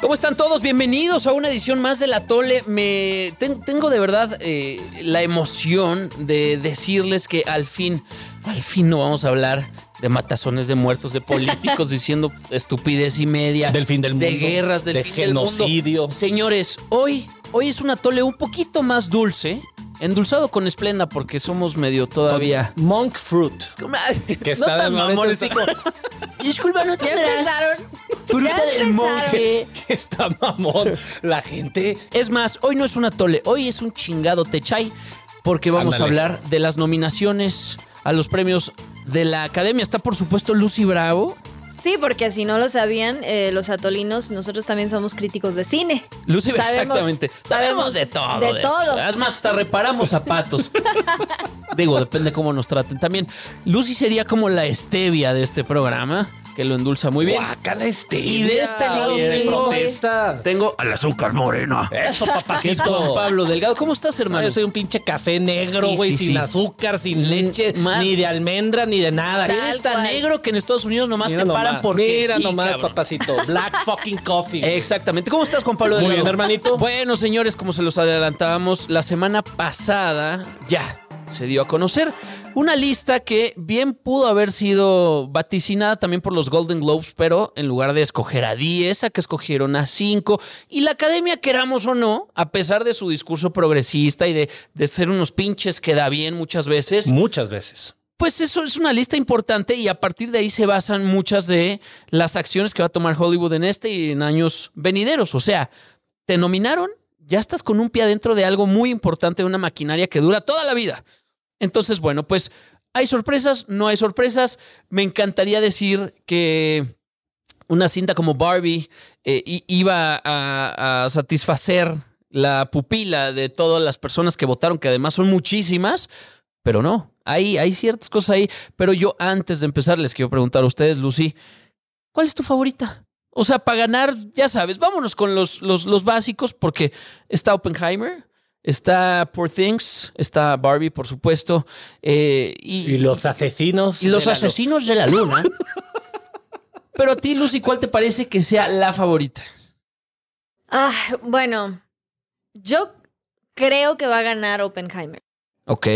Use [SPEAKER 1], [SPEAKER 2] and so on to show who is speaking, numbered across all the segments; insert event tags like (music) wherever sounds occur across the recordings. [SPEAKER 1] ¿Cómo están todos? Bienvenidos a una edición más de La Tole. Me ten- tengo de verdad eh, la emoción de decirles que al fin, al fin no vamos a hablar de matazones de muertos, de políticos diciendo estupidez y media,
[SPEAKER 2] (laughs) Del fin del
[SPEAKER 1] de
[SPEAKER 2] mundo,
[SPEAKER 1] guerras, del
[SPEAKER 2] de
[SPEAKER 1] fin del mundo.
[SPEAKER 2] genocidio.
[SPEAKER 1] Señores, hoy, hoy es una Tole un poquito más dulce, endulzado con esplenda porque somos medio todavía.
[SPEAKER 2] Monk Fruit.
[SPEAKER 1] (laughs) Que
[SPEAKER 2] está de-
[SPEAKER 1] mamones,
[SPEAKER 2] está-
[SPEAKER 1] hijo. Disculpa, no
[SPEAKER 3] Ya
[SPEAKER 1] tendrás
[SPEAKER 3] empezaron.
[SPEAKER 1] fruta
[SPEAKER 3] Ya
[SPEAKER 1] del
[SPEAKER 3] empezaron.
[SPEAKER 1] monje. (laughs)
[SPEAKER 2] Está mamón. La gente.
[SPEAKER 1] Es más, hoy no es un atole, hoy es un chingado techay, porque vamos
[SPEAKER 2] Ándale.
[SPEAKER 1] a hablar de las nominaciones a los premios de la academia. Está, por supuesto, Lucy Bravo.
[SPEAKER 3] Sí, porque si no lo sabían, eh, los atolinos, nosotros también somos críticos de cine.
[SPEAKER 1] Lucy,
[SPEAKER 3] Sabemos-
[SPEAKER 1] exactamente. Sabemos
[SPEAKER 3] sabemos
[SPEAKER 1] de todo.
[SPEAKER 3] de todo.
[SPEAKER 1] Además, hasta reparamos zapatos. Digo, depende cómo nos traten también. Lucy sería como la stevia de este programa, que lo endulza muy bien.
[SPEAKER 2] Guácala este.
[SPEAKER 1] Y de este lado
[SPEAKER 3] Bien,
[SPEAKER 1] tengo-
[SPEAKER 2] protesta.
[SPEAKER 1] Tengo al azúcar moreno.
[SPEAKER 2] Eso,
[SPEAKER 1] Que (laughs) es con
[SPEAKER 2] papacito.
[SPEAKER 1] Pablo Delgado. ¿Cómo estás, hermano?
[SPEAKER 2] Yo soy un pinche café negro,
[SPEAKER 1] Sí,
[SPEAKER 2] güey,
[SPEAKER 1] sí,
[SPEAKER 2] sin
[SPEAKER 1] sí.
[SPEAKER 2] azúcar, sin
[SPEAKER 1] Mm,
[SPEAKER 2] leche,
[SPEAKER 1] man.
[SPEAKER 2] ni de almendra, ni de nada.
[SPEAKER 3] Tal
[SPEAKER 1] Eres tan
[SPEAKER 3] cual.
[SPEAKER 1] negro que en Estados Unidos nomás
[SPEAKER 2] Mira
[SPEAKER 1] te paran
[SPEAKER 2] nomás,
[SPEAKER 1] porque
[SPEAKER 2] mira
[SPEAKER 1] sí,
[SPEAKER 2] nomás,
[SPEAKER 1] cabrón. Eh,
[SPEAKER 2] papacito.
[SPEAKER 1] (laughs)
[SPEAKER 2] Black fucking coffee. güey.
[SPEAKER 1] Exactamente. ¿Cómo estás, Juan Pablo
[SPEAKER 2] Muy
[SPEAKER 1] Delgado?
[SPEAKER 2] bien, hermanito.
[SPEAKER 1] Bueno, señores, como se los adelantábamos, la semana pasada ya se dio a conocer una lista que bien pudo haber sido vaticinada también por los Golden Globes, pero en lugar de escoger a 10, a que escogieron a 5. Y la academia, queramos o no, a pesar de su discurso progresista y de, de ser unos pinches que da bien muchas veces,
[SPEAKER 2] Muchas veces.
[SPEAKER 1] pues eso es una lista importante y a partir de ahí se basan muchas de las acciones que va a tomar Hollywood en este y en años venideros. O sea, te nominaron, ya estás con un pie adentro de algo muy importante, de una maquinaria que dura toda la vida. Entonces, bueno, pues hay sorpresas, no hay sorpresas. Me encantaría decir que una cinta como Barbie eh, i- iba a, a satisfacer la pupila de todas las personas que votaron, que además son muchísimas, pero no. Hay, hay ciertas cosas ahí. Pero yo antes de empezar les quiero preguntar a ustedes, Lucy, ¿cuál es tu favorita? O sea, para ganar, ya sabes, vámonos con los, los, los básicos porque está Oppenheimer, está Poor Things, está Barbie, por supuesto, eh, y,
[SPEAKER 2] Y los asesinos.
[SPEAKER 1] y los
[SPEAKER 2] de la-
[SPEAKER 1] asesinos de la luna. (laughs) Pero a ti, Lucy, ¿cuál te parece que sea la favorita?
[SPEAKER 3] Ah, bueno, yo creo que va a ganar Oppenheimer.
[SPEAKER 1] Ok.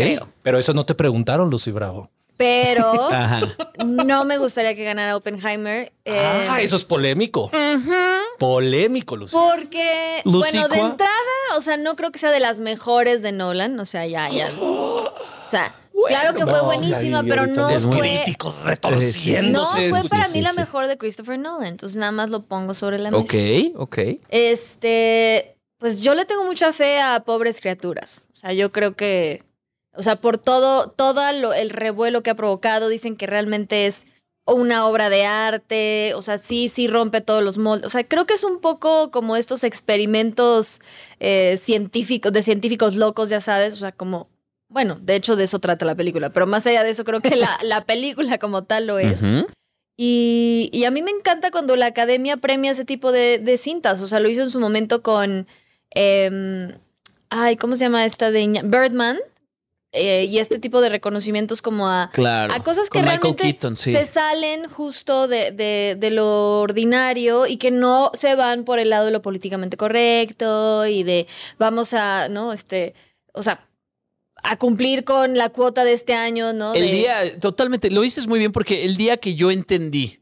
[SPEAKER 2] Pero eso no te preguntaron, Lucy Bravo.
[SPEAKER 1] (laughs)
[SPEAKER 3] Pero
[SPEAKER 1] Ajá.
[SPEAKER 3] no me gustaría que ganara Oppenheimer. eh, ¿Mm?
[SPEAKER 2] Ah, eso es polémico. Polémico, Lucy.
[SPEAKER 3] Porque, bueno, de
[SPEAKER 1] Lucicua.
[SPEAKER 3] entrada, o sea, no creo que sea de las mejores de Nolan. O sea, ya, ya. O sea, claro que fue
[SPEAKER 2] No,
[SPEAKER 3] buenísima,
[SPEAKER 2] Gaby,
[SPEAKER 3] pero
[SPEAKER 2] ahorita
[SPEAKER 3] no
[SPEAKER 2] los
[SPEAKER 3] fue.
[SPEAKER 2] críticos
[SPEAKER 3] No,
[SPEAKER 2] retorciéndose.
[SPEAKER 3] fue para
[SPEAKER 1] Sí,
[SPEAKER 3] mí
[SPEAKER 1] sí,
[SPEAKER 3] la
[SPEAKER 1] sí.
[SPEAKER 3] mejor de Christopher Nolan. Entonces nada más lo pongo sobre la mesa.
[SPEAKER 1] Ok, ok.
[SPEAKER 3] Este, pues yo le tengo mucha fe a pobres criaturas. O sea, yo creo que, o sea, por todo, todo lo- el revuelo que ha provocado, dicen que realmente es una obra de arte, o sea, sí, sí rompe todos los moldes. O sea, creo que es un poco como estos experimentos eh, científicos, de científicos locos, ya sabes, o sea, como, bueno, de hecho de eso trata la película, pero más allá de eso, creo que la, la película como tal lo es.
[SPEAKER 1] Ujú.
[SPEAKER 3] Y, y a mí me encanta cuando la academia premia ese tipo de, de cintas. O sea, lo hizo en su momento con. em, ay, ¿cómo se llama esta de Iña- Birdman? eh, y este tipo de reconocimientos como a,
[SPEAKER 1] Claro.
[SPEAKER 3] a cosas que
[SPEAKER 1] Con Michael
[SPEAKER 3] realmente
[SPEAKER 1] Keaton, sí.
[SPEAKER 3] se salen justo de, de- de lo ordinario y que no se van por el lado de lo políticamente correcto y de vamos a, ¿no? Este, o sea, a cumplir con la cuota de este año, ¿no?
[SPEAKER 1] El
[SPEAKER 3] De-
[SPEAKER 1] día, totalmente, lo dices muy bien porque el día que yo entendí,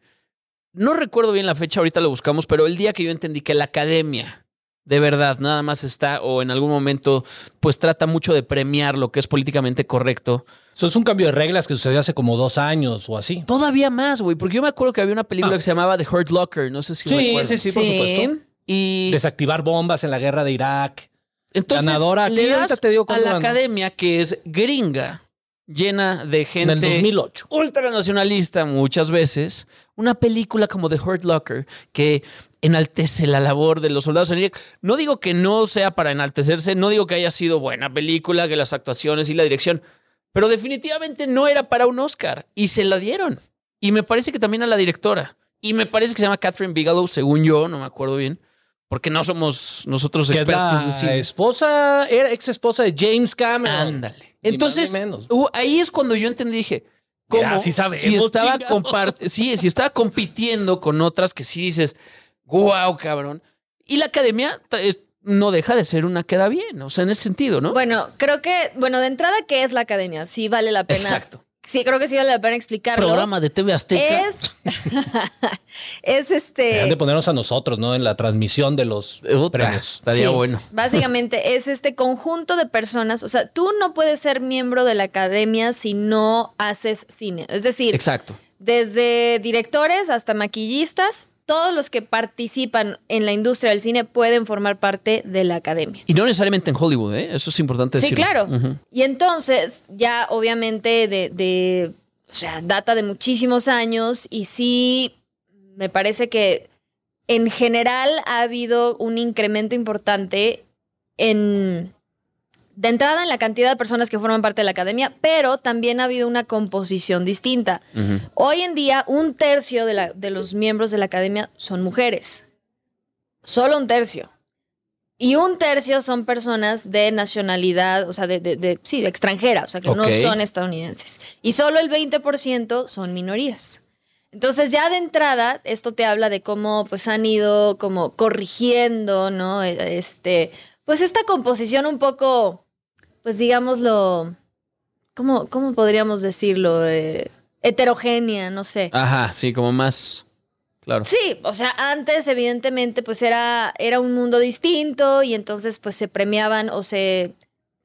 [SPEAKER 1] no recuerdo bien la fecha, ahorita lo buscamos, pero el día que yo entendí que la academia de verdad nada más está o en algún momento pues trata mucho de premiar lo que es políticamente correcto.
[SPEAKER 2] Eso es un cambio de reglas que sucedió hace como dos años o así.
[SPEAKER 1] Todavía más, güey, porque yo me acuerdo que había una película
[SPEAKER 2] Ah.
[SPEAKER 1] que se llamaba The Hurt Locker, no sé si recuerdan. Y
[SPEAKER 2] Desactivar bombas en la guerra de Irak.
[SPEAKER 1] entonces
[SPEAKER 2] ganadora
[SPEAKER 1] le
[SPEAKER 2] aquí,
[SPEAKER 1] das
[SPEAKER 2] ahorita te digo
[SPEAKER 1] a
[SPEAKER 2] cuándo
[SPEAKER 1] la
[SPEAKER 2] ganó.
[SPEAKER 1] academia que es gringa, llena de gente
[SPEAKER 2] En el 2008.
[SPEAKER 1] ultranacionalista muchas veces, una película como The Hurt Locker que enaltece la labor de los soldados en Irak. No digo que no sea para enaltecerse, no digo que haya sido buena película, que las actuaciones y la dirección, pero definitivamente no era para un Oscar y se la dieron. Y me parece que también a la directora. Y me parece que se llama Catherine Bigelow, según yo, no me acuerdo bien, porque no somos nosotros
[SPEAKER 2] Que es
[SPEAKER 1] expertos
[SPEAKER 2] la
[SPEAKER 1] en cine.
[SPEAKER 2] esposa, era ex esposa de James Cameron.
[SPEAKER 1] Ándale.
[SPEAKER 2] Ni
[SPEAKER 1] Entonces,
[SPEAKER 2] más ni menos.
[SPEAKER 1] hubo- ahí es cuando yo entendí, dije, ¿cómo?
[SPEAKER 2] Mira, sí sabemos,
[SPEAKER 1] si, estaba
[SPEAKER 2] (laughs) chingado.
[SPEAKER 1] compart- sí, si estaba compitiendo con otras que sí dices, wow, cabrón. Y la academia tra- es- no deja de ser una queda bien, o sea, en ese sentido, ¿no?
[SPEAKER 3] Bueno, creo que, bueno, de entrada, ¿qué es la academia? Sí vale la pena.
[SPEAKER 1] Exacto.
[SPEAKER 3] Sí, creo que sí vale la pena explicarlo.
[SPEAKER 1] Programa de TV Azteca.
[SPEAKER 3] es. (laughs) es este.
[SPEAKER 2] Deberían de ponernos a nosotros, ¿no? En la transmisión de los eh,
[SPEAKER 1] Otra,
[SPEAKER 2] premios.
[SPEAKER 1] estaría
[SPEAKER 3] Sí.
[SPEAKER 1] bueno. (laughs)
[SPEAKER 3] Básicamente es este conjunto de personas, o sea, tú no puedes ser miembro de la academia si no haces cine. Es decir,
[SPEAKER 1] Exacto.
[SPEAKER 3] desde directores hasta maquillistas, todos los que participan en la industria del cine pueden formar parte de la academia.
[SPEAKER 1] Y no necesariamente en Hollywood, ¿eh? Eso es importante
[SPEAKER 3] Sí,
[SPEAKER 1] decirlo.
[SPEAKER 3] claro.
[SPEAKER 1] Ujú.
[SPEAKER 3] Y entonces, ya obviamente de, de- o sea, data de muchísimos años y sí, me parece que en general ha habido un incremento importante en, de entrada en la cantidad de personas que forman parte de la academia, pero también ha habido una composición distinta.
[SPEAKER 1] Ujú.
[SPEAKER 3] Hoy en día, un tercio de, la- de los miembros de la academia son mujeres. Solo un tercio. Y un tercio son personas de nacionalidad, o sea, de, de- de- sí, de extranjera, o sea, que
[SPEAKER 1] Ok.
[SPEAKER 3] no son estadounidenses. Y solo el 20% son minorías. Entonces, ya de entrada, esto te habla de cómo pues, han ido como corrigiendo, ¿no? Eh, Este, pues esta composición un poco, pues digámoslo, ¿cómo, cómo podríamos decirlo? Eh, heterogénea, no sé.
[SPEAKER 1] Ajá, sí, como más. Claro.
[SPEAKER 3] Sí, o sea, antes evidentemente pues era, era un mundo distinto y entonces pues se premiaban o se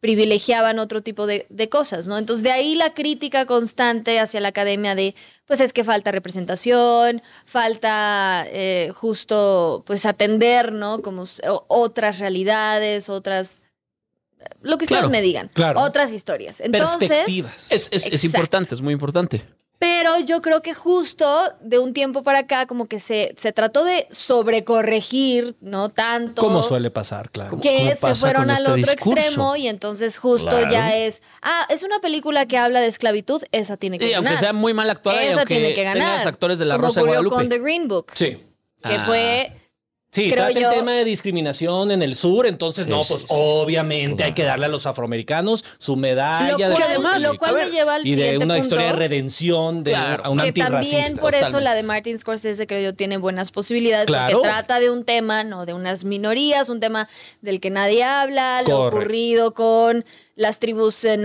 [SPEAKER 3] privilegiaban otro tipo de, de cosas, ¿no? Entonces de ahí la crítica constante hacia la academia de pues es que falta representación, falta eh, justo pues atender, ¿no? Como s- o- otras realidades, otras... Lo que ustedes
[SPEAKER 1] Claro,
[SPEAKER 3] me digan,
[SPEAKER 2] claro.
[SPEAKER 3] otras historias. Entonces,
[SPEAKER 2] Perspectivas.
[SPEAKER 1] Es, es- es
[SPEAKER 3] Exacto.
[SPEAKER 1] importante, es muy importante.
[SPEAKER 3] pero yo creo que justo de un tiempo para acá, como que se, se trató de sobrecorregir, ¿no tanto.
[SPEAKER 2] Como suele pasar, claro.
[SPEAKER 1] Como-
[SPEAKER 3] Que se
[SPEAKER 1] pasa
[SPEAKER 3] fueron
[SPEAKER 1] con
[SPEAKER 3] al
[SPEAKER 1] este
[SPEAKER 3] otro
[SPEAKER 1] discurso?
[SPEAKER 3] extremo y entonces justo
[SPEAKER 1] Claro.
[SPEAKER 3] ya es. Ah, es una película que habla de esclavitud, esa tiene que
[SPEAKER 1] Y
[SPEAKER 3] ganar.
[SPEAKER 1] aunque sea muy mal actuada y
[SPEAKER 3] esa
[SPEAKER 1] aunque
[SPEAKER 3] tiene que
[SPEAKER 1] tenga
[SPEAKER 3] ganar.
[SPEAKER 1] los actores de La
[SPEAKER 3] como
[SPEAKER 1] Rosa de
[SPEAKER 3] ocurrió
[SPEAKER 1] Guadalupe.
[SPEAKER 3] con The Green Book,
[SPEAKER 2] Sí.
[SPEAKER 3] que
[SPEAKER 1] Ah.
[SPEAKER 3] fue.
[SPEAKER 2] Sí,
[SPEAKER 3] Creo
[SPEAKER 2] trata
[SPEAKER 3] yo-
[SPEAKER 2] el tema de discriminación en el sur, entonces no,
[SPEAKER 1] Sí,
[SPEAKER 2] pues
[SPEAKER 1] sí, sí.
[SPEAKER 2] obviamente hay que darle a los afroamericanos su medalla
[SPEAKER 1] Ah,
[SPEAKER 3] Lo
[SPEAKER 2] de
[SPEAKER 3] cual-
[SPEAKER 1] además,
[SPEAKER 3] lo cual
[SPEAKER 1] a
[SPEAKER 3] me
[SPEAKER 1] ver,
[SPEAKER 3] lleva al
[SPEAKER 2] y de
[SPEAKER 3] siguiente
[SPEAKER 2] una
[SPEAKER 3] punto.
[SPEAKER 2] historia de redención de
[SPEAKER 1] Claro.
[SPEAKER 2] a un
[SPEAKER 3] que
[SPEAKER 2] antirracista.
[SPEAKER 3] también por eso la
[SPEAKER 1] totalmente.
[SPEAKER 3] de Martin Scorsese creo yo tiene buenas posibilidades
[SPEAKER 2] Claro.
[SPEAKER 3] porque trata de un tema, no de unas minorías, un tema del que nadie habla, lo
[SPEAKER 2] Correcto.
[SPEAKER 3] ocurrido con las tribus eh,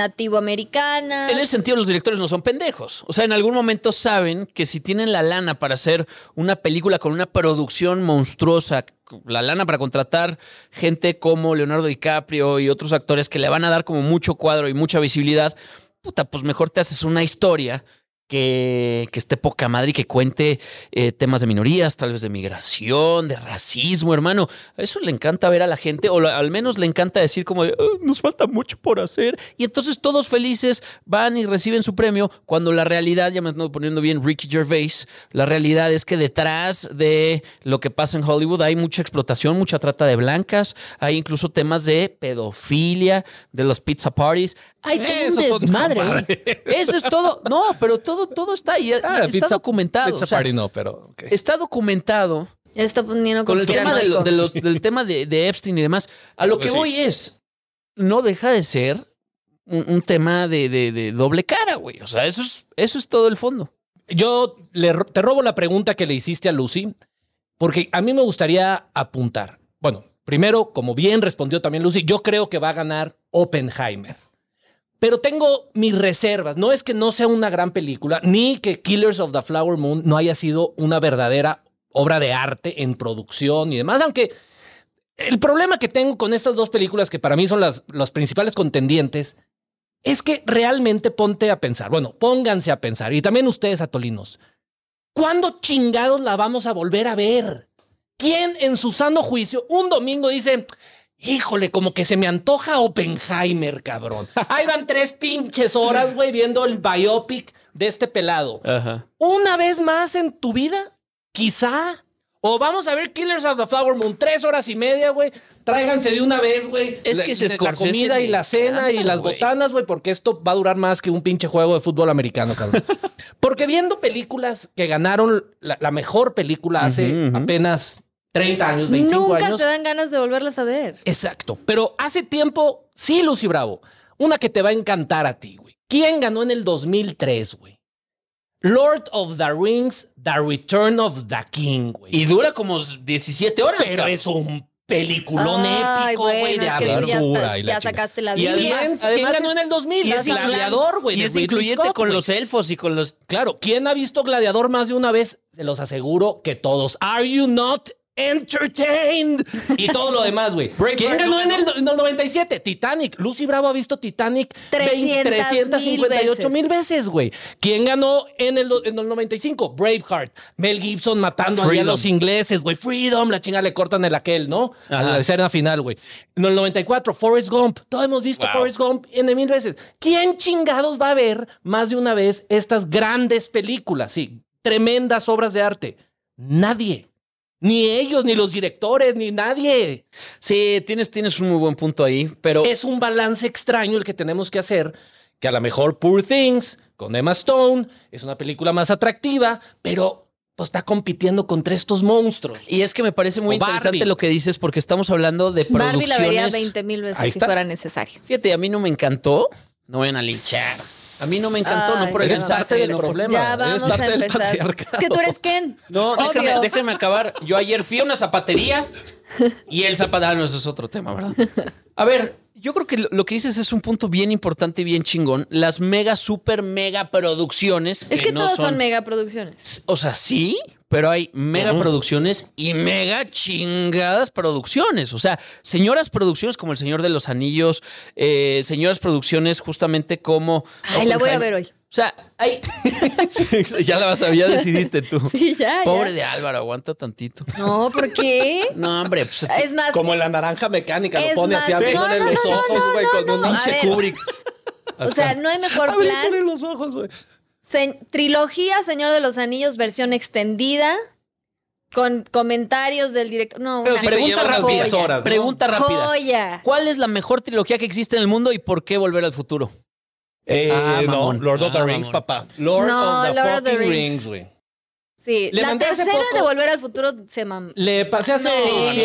[SPEAKER 3] nativoamericanas.
[SPEAKER 1] En ese sentido, los directores no son pendejos. O sea, en algún momento saben que si tienen la lana para hacer una película con una producción monstruosa, la lana para contratar gente como Leonardo DiCaprio y otros actores que le van a dar como mucho cuadro y mucha visibilidad, puta, pues mejor te haces una historia que, que esté poca madre y que cuente eh, temas de minorías, tal vez de migración, de racismo, hermano. A Eso le encanta ver a la gente, o lo- al menos le encanta decir como de, "Ah, nos falta mucho por hacer. Y entonces todos felices van y reciben su premio, cuando la realidad, ya me ando poniendo bien Ricky Gervais, la realidad es que detrás de lo que pasa en Hollywood hay mucha explotación, mucha trata de blancas, hay incluso temas de pedofilia, de los pizza parties. Hay todo
[SPEAKER 2] Esos
[SPEAKER 1] un
[SPEAKER 2] son- (laughs)
[SPEAKER 1] desmadre.
[SPEAKER 2] compadre.
[SPEAKER 1] güey. Eso es todo. No, pero todo, todo está y- y
[SPEAKER 2] Ah,
[SPEAKER 1] está
[SPEAKER 2] pizza-
[SPEAKER 1] documentado.
[SPEAKER 2] pizza
[SPEAKER 1] o sea,
[SPEAKER 2] party no, pero ok.
[SPEAKER 1] Está documentado
[SPEAKER 3] Ya está poniendo
[SPEAKER 1] con el tema de lo-
[SPEAKER 3] conspiranoico.
[SPEAKER 1] de los- del tema de, de Epstein y demás. A lo que
[SPEAKER 2] Pues sí.
[SPEAKER 1] voy es, no deja de ser un, un tema de, de- de doble cara, güey. O sea, eso es, eso es todo el fondo.
[SPEAKER 2] Yo le ro- te robo la pregunta que le hiciste a Lucy, porque a mí me gustaría apuntar. Bueno, primero, como bien respondió también Lucy, yo creo que va a ganar Oppenheimer. Pero tengo mis reservas. No es que no sea una gran película, ni que Killers of the Flower Moon no haya sido una verdadera obra de arte en producción y demás, aunque el problema que tengo con estas dos películas, que para mí son las, los principales contendientes, es que realmente ponte a pensar. Bueno, pónganse a pensar. Y también ustedes, atolinos. ¿Cuándo chingados la vamos a volver a ver? ¿Quién en su sano juicio un domingo dice, híjole, como que se me antoja Oppenheimer, cabrón? Ahí van tres pinches horas, güey, viendo el biopic de este pelado
[SPEAKER 1] Ajá.
[SPEAKER 2] una vez más en tu vida, quizá. O vamos a ver Killers of the Flower Moon, tres horas y media, güey. Tráiganse de una vez, güey.
[SPEAKER 1] Es
[SPEAKER 2] la-
[SPEAKER 1] que ese
[SPEAKER 2] la,
[SPEAKER 1] Scorsese
[SPEAKER 2] comida y
[SPEAKER 1] le
[SPEAKER 2] la cena y
[SPEAKER 1] encanta,
[SPEAKER 2] las
[SPEAKER 1] güey.
[SPEAKER 2] botanas, güey, porque esto va a durar más que un pinche juego de fútbol americano,
[SPEAKER 1] (laughs)
[SPEAKER 2] cabrón. porque viendo películas que ganaron la, la mejor película hace
[SPEAKER 1] Ujú, ujú.
[SPEAKER 2] apenas 30 años, 25
[SPEAKER 3] Nunca
[SPEAKER 2] años.
[SPEAKER 3] te dan ganas de volverlas a ver.
[SPEAKER 2] Exacto. Pero hace tiempo, sí, Lucy Bravo, una que te va a encantar a ti, güey. ¿Quién ganó en el 2003, güey? Lord of the Rings, The Return of the King, güey.
[SPEAKER 1] Y dura como 17 horas.
[SPEAKER 2] Pero
[SPEAKER 1] cabrón.
[SPEAKER 2] es un peliculón
[SPEAKER 3] Ay,
[SPEAKER 2] épico, güey,
[SPEAKER 3] bueno,
[SPEAKER 2] de
[SPEAKER 3] es que tú ya,
[SPEAKER 2] aventura
[SPEAKER 3] está-
[SPEAKER 2] y la
[SPEAKER 3] ya
[SPEAKER 2] chingada.
[SPEAKER 3] sacaste la
[SPEAKER 1] Y
[SPEAKER 3] Biblia.
[SPEAKER 2] ¿Quién,
[SPEAKER 1] además-
[SPEAKER 2] quién
[SPEAKER 1] además
[SPEAKER 2] ganó
[SPEAKER 1] es-
[SPEAKER 2] en el 2000?
[SPEAKER 1] y es
[SPEAKER 2] el
[SPEAKER 1] inclu-
[SPEAKER 2] gladiador, güey.
[SPEAKER 1] Y
[SPEAKER 2] de
[SPEAKER 1] es
[SPEAKER 2] Ridley
[SPEAKER 1] incluyente
[SPEAKER 2] Scott,
[SPEAKER 1] con
[SPEAKER 2] güey.
[SPEAKER 1] los elfos y con los.
[SPEAKER 2] Claro, ¿quién ha visto Gladiador más de una vez? Se los aseguro que todos. Are you not entertained? Y todo lo
[SPEAKER 1] (laughs)
[SPEAKER 2] demás, güey.
[SPEAKER 1] Braveheart,
[SPEAKER 2] ¿Quién ganó
[SPEAKER 1] ¿no?
[SPEAKER 2] en el, en el 97? Titanic. Lucy Bravo ha visto Titanic
[SPEAKER 3] 300,000
[SPEAKER 2] 358 mil veces, güey. ¿Quién ganó en el, en el 95? Braveheart. Mel Gibson matando allá a
[SPEAKER 1] Freedom.
[SPEAKER 2] los ingleses, güey. Freedom, la chinga le cortan el aquel, ¿no? A
[SPEAKER 1] Ajá.
[SPEAKER 2] la escena final, güey. En el 94, Forrest Gump. Todos hemos visto
[SPEAKER 1] Wow.
[SPEAKER 2] Forrest Gump en de mil veces. ¿Quién chingados va a ver más de una vez estas grandes películas? Sí, tremendas obras de arte. Nadie. Ni ellos, ni los directores, ni nadie.
[SPEAKER 1] Sí, tienes, tienes un muy buen punto ahí, pero.
[SPEAKER 2] Es un balance extraño el que tenemos que hacer, que a lo mejor Poor Things con Emma Stone es una película más atractiva, pero pues, está compitiendo contra estos monstruos.
[SPEAKER 1] Y es que me parece muy
[SPEAKER 2] O Barbie.
[SPEAKER 1] interesante lo que dices porque estamos hablando de
[SPEAKER 3] Barbie la vería
[SPEAKER 1] producciones.
[SPEAKER 3] 20 mil
[SPEAKER 2] Ahí
[SPEAKER 3] veces si
[SPEAKER 2] está.
[SPEAKER 3] fuera necesario.
[SPEAKER 1] Fíjate, a mí no me encantó. No vayan a linchar. A mí no me encantó, no por
[SPEAKER 3] Ay,
[SPEAKER 1] el
[SPEAKER 2] Eres
[SPEAKER 3] no,
[SPEAKER 2] parte
[SPEAKER 1] arte,
[SPEAKER 2] del
[SPEAKER 1] no por-
[SPEAKER 2] problema.
[SPEAKER 3] Ya
[SPEAKER 2] Eres
[SPEAKER 3] vamos
[SPEAKER 2] parte
[SPEAKER 3] a
[SPEAKER 2] del
[SPEAKER 3] empezar.
[SPEAKER 2] patriarcado.
[SPEAKER 3] Es que tú eres Ken.
[SPEAKER 1] No, déjame,
[SPEAKER 3] Obvio.
[SPEAKER 1] déjame acabar. Yo ayer fui a una
[SPEAKER 3] (laughs)
[SPEAKER 1] zapatería y el zapatero. no, eso es otro tema, ¿verdad? A ver, yo creo que lo- lo que dices es un punto bien importante y bien chingón. Las mega, super mega producciones.
[SPEAKER 3] Es que
[SPEAKER 1] no
[SPEAKER 3] todas son megaproducciones.
[SPEAKER 1] S- O sea, sí, pero hay mega producciones y mega chingadas producciones. O sea, señoras producciones como El Señor de los Anillos, eh, señoras producciones justamente como.
[SPEAKER 3] Ay, la voy a ver hoy.
[SPEAKER 1] O sea, hay. (laughs) Sí, ya la vas a ya decidiste tú.
[SPEAKER 3] Sí, ya. ya.
[SPEAKER 1] Pobre de Álvaro, aguanta tantito.
[SPEAKER 3] No, ¿por qué?
[SPEAKER 1] No, hombre, pues.
[SPEAKER 3] Es más,
[SPEAKER 2] Como la naranja mecánica,
[SPEAKER 3] Es
[SPEAKER 2] lo pone así,
[SPEAKER 3] más,
[SPEAKER 2] abre
[SPEAKER 3] no,
[SPEAKER 2] pone
[SPEAKER 3] no,
[SPEAKER 2] los
[SPEAKER 3] no,
[SPEAKER 2] ojos,
[SPEAKER 3] no,
[SPEAKER 2] güey,
[SPEAKER 3] no,
[SPEAKER 2] con
[SPEAKER 3] no,
[SPEAKER 2] un
[SPEAKER 3] no,
[SPEAKER 2] pinche
[SPEAKER 3] a ver.
[SPEAKER 2] Kubrick.
[SPEAKER 3] o sea, no hay mejor
[SPEAKER 2] Abre y
[SPEAKER 3] plan.
[SPEAKER 2] pone los ojos, güey.
[SPEAKER 3] Se- trilogía Señor de los Anillos, versión extendida, con comentarios del director. No,
[SPEAKER 2] Pero
[SPEAKER 3] una
[SPEAKER 2] si te
[SPEAKER 3] joya.
[SPEAKER 2] lleva unas 10 horas, ¿no?
[SPEAKER 1] Pregunta rápida.
[SPEAKER 3] Joya.
[SPEAKER 1] ¿Cuál es la mejor trilogía que existe en el mundo y por qué volver al futuro?
[SPEAKER 2] Eh,
[SPEAKER 1] Ah,
[SPEAKER 2] no,
[SPEAKER 1] mamón.
[SPEAKER 2] Lord of the
[SPEAKER 1] Ah,
[SPEAKER 2] Rings,
[SPEAKER 1] mamón.
[SPEAKER 2] papá. Lord
[SPEAKER 3] No,
[SPEAKER 2] of the
[SPEAKER 3] Lord of the
[SPEAKER 2] fucking
[SPEAKER 3] Rings.
[SPEAKER 2] Rings, güey.
[SPEAKER 3] Sí,
[SPEAKER 2] Le
[SPEAKER 3] la
[SPEAKER 2] mandé hace
[SPEAKER 3] tercera de
[SPEAKER 2] poco-
[SPEAKER 3] Volver al Futuro se mamó.
[SPEAKER 2] Le pasé hace
[SPEAKER 3] Sí,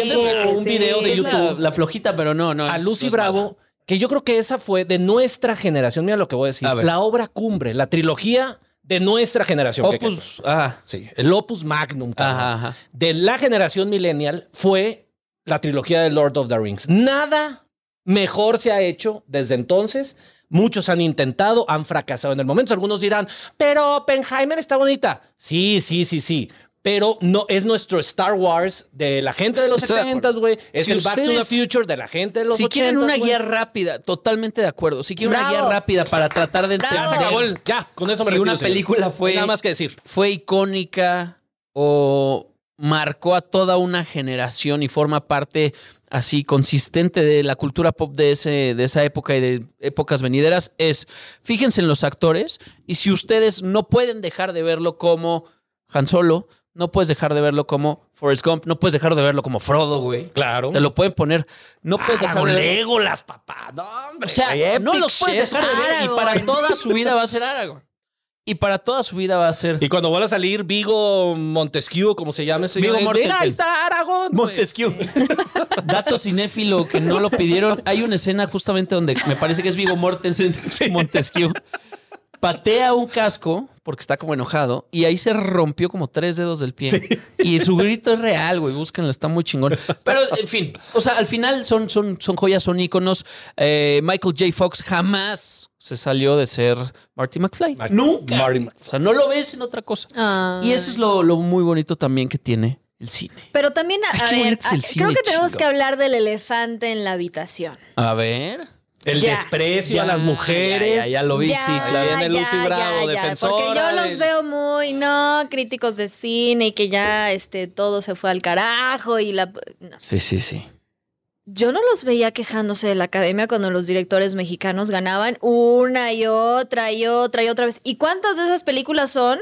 [SPEAKER 2] tiempo
[SPEAKER 3] sí,
[SPEAKER 2] un
[SPEAKER 3] sí,
[SPEAKER 2] video
[SPEAKER 3] sí,
[SPEAKER 2] de
[SPEAKER 3] sí,
[SPEAKER 1] La,
[SPEAKER 2] YouTube
[SPEAKER 1] la flojita, pero no, no.
[SPEAKER 2] a
[SPEAKER 1] es-
[SPEAKER 2] Lucy
[SPEAKER 1] no es
[SPEAKER 2] Bravo,
[SPEAKER 1] mala.
[SPEAKER 2] que yo creo que esa fue de nuestra generación. Mira lo que voy a decir.
[SPEAKER 1] A ver.
[SPEAKER 2] la obra cumbre, la trilogía de nuestra generación. que-
[SPEAKER 1] Opus. Ajá.
[SPEAKER 2] Sí, el Opus Magnum, cabrón.
[SPEAKER 1] pues, ah. Ajá, ajá.
[SPEAKER 2] de la generación millennial fue la trilogía de Lord of the Rings. Nada mejor se ha hecho desde entonces. Muchos han intentado, han fracasado en el momento. Algunos dirán, pero Oppenheimer está bonita. Sí, sí, sí, sí. Pero no es nuestro Star Wars de la gente de los
[SPEAKER 1] Estoy de
[SPEAKER 2] 70, güey. Es
[SPEAKER 1] Si
[SPEAKER 2] el Back to the
[SPEAKER 1] ustedes-
[SPEAKER 2] Future de la gente de los
[SPEAKER 1] Si
[SPEAKER 2] 80.
[SPEAKER 1] quieren una
[SPEAKER 2] güey.
[SPEAKER 1] guía rápida, totalmente de acuerdo. Si quieren una
[SPEAKER 3] Bravo.
[SPEAKER 1] guía rápida para tratar de
[SPEAKER 3] Bravo.
[SPEAKER 1] entender
[SPEAKER 2] Ya se acabó el. Ya, con eso me
[SPEAKER 1] si una
[SPEAKER 2] retiro, señor.
[SPEAKER 1] película fue,
[SPEAKER 2] Nada más que decir.
[SPEAKER 1] fue icónica o marcó a toda una generación y forma parte así consistente de la cultura pop de, ese, de esa época y de épocas venideras, es fíjense en los actores y si ustedes no pueden dejar de verlo como Han Solo, no puedes dejar de verlo como Forrest Gump, no puedes dejar de verlo como Frodo, güey.
[SPEAKER 2] Claro.
[SPEAKER 1] Te lo pueden poner. No puedes dejar de verlo.
[SPEAKER 2] Ah, Legolas, papá. No, hombre.
[SPEAKER 1] O sea,
[SPEAKER 2] güey,
[SPEAKER 1] no
[SPEAKER 2] epic
[SPEAKER 1] los puedes
[SPEAKER 2] shit.
[SPEAKER 1] dejar de ver y para
[SPEAKER 3] Aragorn.
[SPEAKER 1] toda su vida va a ser Aragorn. Y para toda su vida va a ser
[SPEAKER 2] Y cuando vuelva a salir Vigo Montesquieu, como se llama ese
[SPEAKER 1] Viggo
[SPEAKER 2] señor,
[SPEAKER 1] Mortensen.
[SPEAKER 2] mira, ahí está Aragón. güey".
[SPEAKER 1] Montesquieu. Dato cinéfilo que no lo pidieron. Hay una escena justamente donde me parece que es Vigo (laughs) Mortensen, Montesquieu. Patea un casco porque está como enojado y ahí se rompió como tres dedos del pie. Y su grito es real, güey. Búsquenlo, está muy chingón. Pero, en fin, o sea, al final son, son, son joyas, son íconos. Eh, Michael J. Fox jamás se salió de ser Marty McFly.
[SPEAKER 2] Mar-
[SPEAKER 1] (laughs) Nunca.
[SPEAKER 2] Marty Mc-
[SPEAKER 1] O sea, no lo ves en otra cosa.
[SPEAKER 3] Ah.
[SPEAKER 1] Y eso es lo, lo muy bonito también que tiene el cine.
[SPEAKER 3] Pero también, a,
[SPEAKER 1] Ay,
[SPEAKER 3] a
[SPEAKER 1] qué
[SPEAKER 3] ver,
[SPEAKER 1] bonito es el
[SPEAKER 3] a- creo
[SPEAKER 1] cine,
[SPEAKER 3] que tenemos
[SPEAKER 1] chido.
[SPEAKER 3] que hablar del elefante en la habitación.
[SPEAKER 1] A ver.
[SPEAKER 2] El
[SPEAKER 3] Ya.
[SPEAKER 2] desprecio
[SPEAKER 1] Ya,
[SPEAKER 2] a las mujeres.
[SPEAKER 1] ya, ya, ya lo vi, sí, claro.
[SPEAKER 2] Viene Lucy Bravo, defensora
[SPEAKER 3] Porque yo los
[SPEAKER 2] del-
[SPEAKER 3] veo muy, no, críticos de cine y que ya este, todo se fue al carajo y la... no.
[SPEAKER 1] Sí, sí, sí.
[SPEAKER 3] Yo no los veía quejándose de la academia cuando los directores mexicanos ganaban una y otra y otra y otra vez. ¿Y cuántas de esas películas son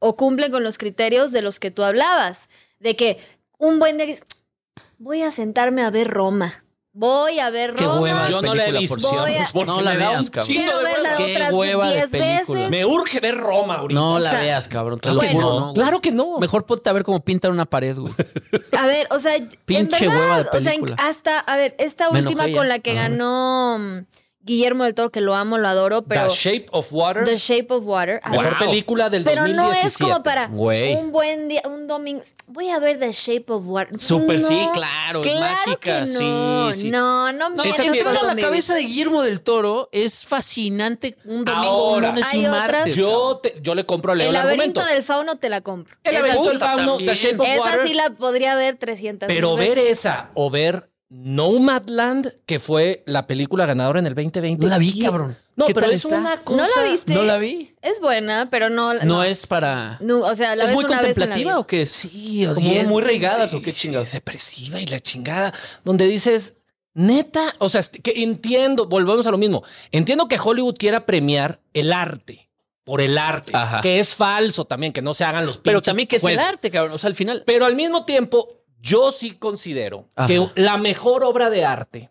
[SPEAKER 3] o cumplen con los criterios de los que tú hablabas? De que un buen... de- Voy a sentarme a ver Roma. Voy a ver
[SPEAKER 1] Qué
[SPEAKER 3] Roma.
[SPEAKER 1] hueva.
[SPEAKER 2] Yo no la he
[SPEAKER 1] Película,
[SPEAKER 2] visto.
[SPEAKER 1] por
[SPEAKER 3] cierto. Voy a-
[SPEAKER 2] Porque
[SPEAKER 1] No la
[SPEAKER 2] me da
[SPEAKER 1] veas,
[SPEAKER 2] un
[SPEAKER 1] cabrón.
[SPEAKER 2] chingo
[SPEAKER 3] Quiero
[SPEAKER 2] de
[SPEAKER 3] verla
[SPEAKER 2] hueva.
[SPEAKER 3] otra
[SPEAKER 1] Qué
[SPEAKER 3] otras
[SPEAKER 1] hueva de
[SPEAKER 3] 10
[SPEAKER 1] película.
[SPEAKER 3] veces.
[SPEAKER 2] Me urge ver Roma ahorita.
[SPEAKER 1] No la
[SPEAKER 3] sea,
[SPEAKER 1] veas, cabrón. te
[SPEAKER 2] Claro
[SPEAKER 1] lo
[SPEAKER 2] que
[SPEAKER 1] juro,
[SPEAKER 2] no.
[SPEAKER 1] güey.
[SPEAKER 2] Claro que no.
[SPEAKER 1] Mejor ponte a ver cómo pintan una pared, güey.
[SPEAKER 3] A ver, o sea, en
[SPEAKER 1] Pinche
[SPEAKER 3] verdad,
[SPEAKER 1] hueva de
[SPEAKER 3] o sea, en-
[SPEAKER 1] película.
[SPEAKER 3] hasta, a ver, esta
[SPEAKER 1] Me
[SPEAKER 3] última
[SPEAKER 1] enojé ya. Ah.
[SPEAKER 3] con la que
[SPEAKER 1] A ver.
[SPEAKER 3] ganó mm, Guillermo del Toro, que lo amo, lo adoro, pero
[SPEAKER 2] The Shape of Water,
[SPEAKER 3] The Shape of Water. ah,
[SPEAKER 2] mejor
[SPEAKER 1] Wow.
[SPEAKER 2] película del
[SPEAKER 3] Pero
[SPEAKER 2] 2017.
[SPEAKER 3] no es como para
[SPEAKER 1] Güey.
[SPEAKER 3] un buen día, un domingo. Voy a ver The Shape of Water.
[SPEAKER 1] Súper sí,
[SPEAKER 3] No,
[SPEAKER 1] claro, es
[SPEAKER 3] claro
[SPEAKER 1] mágica,
[SPEAKER 3] que
[SPEAKER 1] sí, sí.
[SPEAKER 3] No, no, no
[SPEAKER 1] (laughs) No,
[SPEAKER 2] Esa
[SPEAKER 1] el
[SPEAKER 2] tiene-
[SPEAKER 1] tema de la
[SPEAKER 3] conmigo.
[SPEAKER 1] cabeza de Guillermo del Toro es fascinante un domingo,
[SPEAKER 2] Ahora.
[SPEAKER 1] un lunes y
[SPEAKER 3] Hay
[SPEAKER 1] un
[SPEAKER 3] otras-
[SPEAKER 1] martes.
[SPEAKER 2] Yo, te- yo le compro a Leo
[SPEAKER 3] El
[SPEAKER 2] el
[SPEAKER 3] laberinto
[SPEAKER 2] argumento.
[SPEAKER 3] del fauno te la compro.
[SPEAKER 2] El
[SPEAKER 3] Esa
[SPEAKER 2] laberinento del
[SPEAKER 3] sí.
[SPEAKER 2] fauno, The
[SPEAKER 1] también.
[SPEAKER 2] Shape of
[SPEAKER 3] Esa
[SPEAKER 2] Water.
[SPEAKER 3] sí la podría ver 300
[SPEAKER 2] Pero ver esa o ver Nomadland, que fue la película ganadora en el 2020.
[SPEAKER 1] No la vi,
[SPEAKER 2] ¿qué?
[SPEAKER 1] cabrón.
[SPEAKER 2] No,
[SPEAKER 1] ¿Qué
[SPEAKER 2] pero
[SPEAKER 1] tal
[SPEAKER 2] es
[SPEAKER 1] está?
[SPEAKER 2] una
[SPEAKER 3] ¿No
[SPEAKER 2] cosa.
[SPEAKER 3] la viste?
[SPEAKER 1] No la vi.
[SPEAKER 3] Es buena, pero no.
[SPEAKER 1] No, es para.
[SPEAKER 3] no, o sea, la
[SPEAKER 1] ¿Es
[SPEAKER 3] ves
[SPEAKER 1] muy
[SPEAKER 3] una vez en la
[SPEAKER 1] contemplativa
[SPEAKER 3] vida.
[SPEAKER 1] o qué es?
[SPEAKER 2] Sí, o
[SPEAKER 1] Como
[SPEAKER 2] sea, es-
[SPEAKER 1] muy regadas, ¿o qué
[SPEAKER 2] es
[SPEAKER 1] chingados?
[SPEAKER 2] Depresiva y la chingada. Donde dices, neta, o sea, es que entiendo, volvemos a lo mismo. Entiendo que Hollywood quiera premiar el arte por el arte,
[SPEAKER 1] Ajá.
[SPEAKER 2] que es falso también, que no se hagan los
[SPEAKER 1] Pero
[SPEAKER 2] pinches
[SPEAKER 1] también que es el
[SPEAKER 2] jueces.
[SPEAKER 1] arte, cabrón. O sea, al final.
[SPEAKER 2] Pero al mismo tiempo, yo sí considero
[SPEAKER 1] Ajá.
[SPEAKER 2] que la mejor obra de arte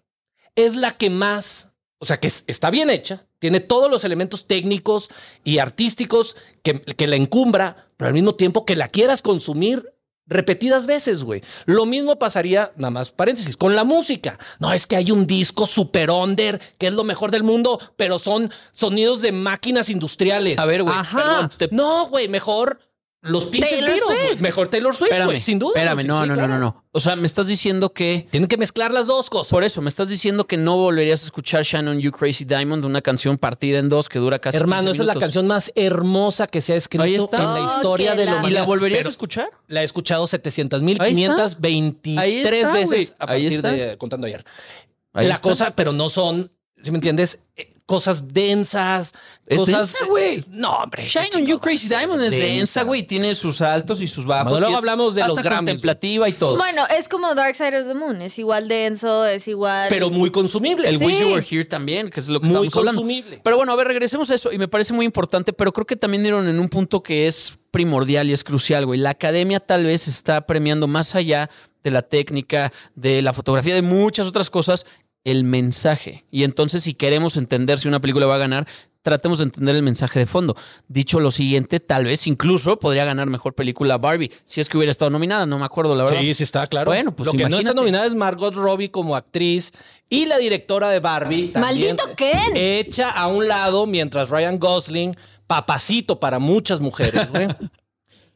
[SPEAKER 2] es la que más, o sea, que es- está bien hecha, tiene todos los elementos técnicos y artísticos que, que la encumbra, pero al mismo tiempo que la quieras consumir repetidas veces, güey. Lo mismo pasaría, nada más paréntesis, con la música. No, es que hay un disco super under, que es lo mejor del mundo, pero son sonidos de máquinas industriales.
[SPEAKER 1] A ver, güey,
[SPEAKER 2] Ajá.
[SPEAKER 1] perdón, te-
[SPEAKER 2] No, güey, mejor los pinches
[SPEAKER 3] Taylor
[SPEAKER 2] Beatles, güey.
[SPEAKER 3] Swift.
[SPEAKER 2] Mejor Taylor Swift,
[SPEAKER 1] Espérame,
[SPEAKER 2] güey, sin duda.
[SPEAKER 1] Espérame,
[SPEAKER 2] güey,
[SPEAKER 1] no,
[SPEAKER 2] sí,
[SPEAKER 1] no, no,
[SPEAKER 2] claro.
[SPEAKER 1] no, no. O sea, me estás diciendo que.
[SPEAKER 2] Tienen que mezclar las dos cosas.
[SPEAKER 1] Por eso, me estás diciendo que no volverías a escuchar Shannon You Crazy Diamond, una canción partida en dos que dura casi.
[SPEAKER 2] Hermano,
[SPEAKER 1] 15
[SPEAKER 2] esa es la
[SPEAKER 1] minutos.
[SPEAKER 2] canción más hermosa que se ha escrito
[SPEAKER 1] Ahí
[SPEAKER 2] en
[SPEAKER 1] está.
[SPEAKER 2] la
[SPEAKER 3] Oh,
[SPEAKER 2] historia
[SPEAKER 3] que
[SPEAKER 2] de
[SPEAKER 3] la-
[SPEAKER 2] la
[SPEAKER 1] ¿Y
[SPEAKER 2] humanidad.
[SPEAKER 1] Ah, la volverías
[SPEAKER 2] Pero
[SPEAKER 1] a escuchar?
[SPEAKER 2] La he escuchado 700
[SPEAKER 1] Ahí está.
[SPEAKER 2] 523
[SPEAKER 1] Ahí está,
[SPEAKER 2] veces
[SPEAKER 1] güey.
[SPEAKER 2] a
[SPEAKER 1] Ahí
[SPEAKER 2] partir
[SPEAKER 1] está.
[SPEAKER 2] de contando ayer.
[SPEAKER 1] Ahí
[SPEAKER 2] la
[SPEAKER 1] está.
[SPEAKER 2] cosa, pero no son, si me entiendes, Eh, cosas densas,
[SPEAKER 1] Es
[SPEAKER 2] cosas
[SPEAKER 1] densa, güey.
[SPEAKER 2] No, hombre. qué
[SPEAKER 1] Shine on
[SPEAKER 2] chingada.
[SPEAKER 1] You Crazy Diamond es densa, güey. Tiene sus altos y sus bajos.
[SPEAKER 2] Bueno,
[SPEAKER 1] y
[SPEAKER 2] luego
[SPEAKER 1] es
[SPEAKER 2] hablamos de
[SPEAKER 1] hasta
[SPEAKER 2] los Grammys,
[SPEAKER 1] contemplativa y todo.
[SPEAKER 3] Bueno, es como Dark Side of the Moon. Es igual denso, es igual.
[SPEAKER 2] Pero muy consumible.
[SPEAKER 1] El
[SPEAKER 3] Sí.
[SPEAKER 1] Wish You Were Here también, que es lo que
[SPEAKER 2] Muy
[SPEAKER 1] estamos hablando.
[SPEAKER 2] consumible.
[SPEAKER 1] Pero bueno, a ver, regresemos a eso. Y me parece muy importante, pero creo que también dieron en un punto que es primordial y es crucial, güey. La academia tal vez está premiando más allá de la técnica, de la fotografía, de muchas otras cosas, el mensaje. Y entonces, si queremos entender si una película va a ganar, tratemos de entender el mensaje de fondo. Dicho lo siguiente, tal vez incluso podría ganar mejor película Barbie, si es que hubiera estado nominada, no me acuerdo, la verdad.
[SPEAKER 2] Sí, sí está claro.
[SPEAKER 1] Bueno, pues
[SPEAKER 2] lo que no está
[SPEAKER 1] imagínate.
[SPEAKER 2] nominada es Margot Robbie como actriz y la directora de Barbie. también
[SPEAKER 3] ¡Maldito Ken!
[SPEAKER 2] Hecha a un lado mientras Ryan Gosling, papacito para muchas
[SPEAKER 1] (laughs)
[SPEAKER 2] mujeres, güey.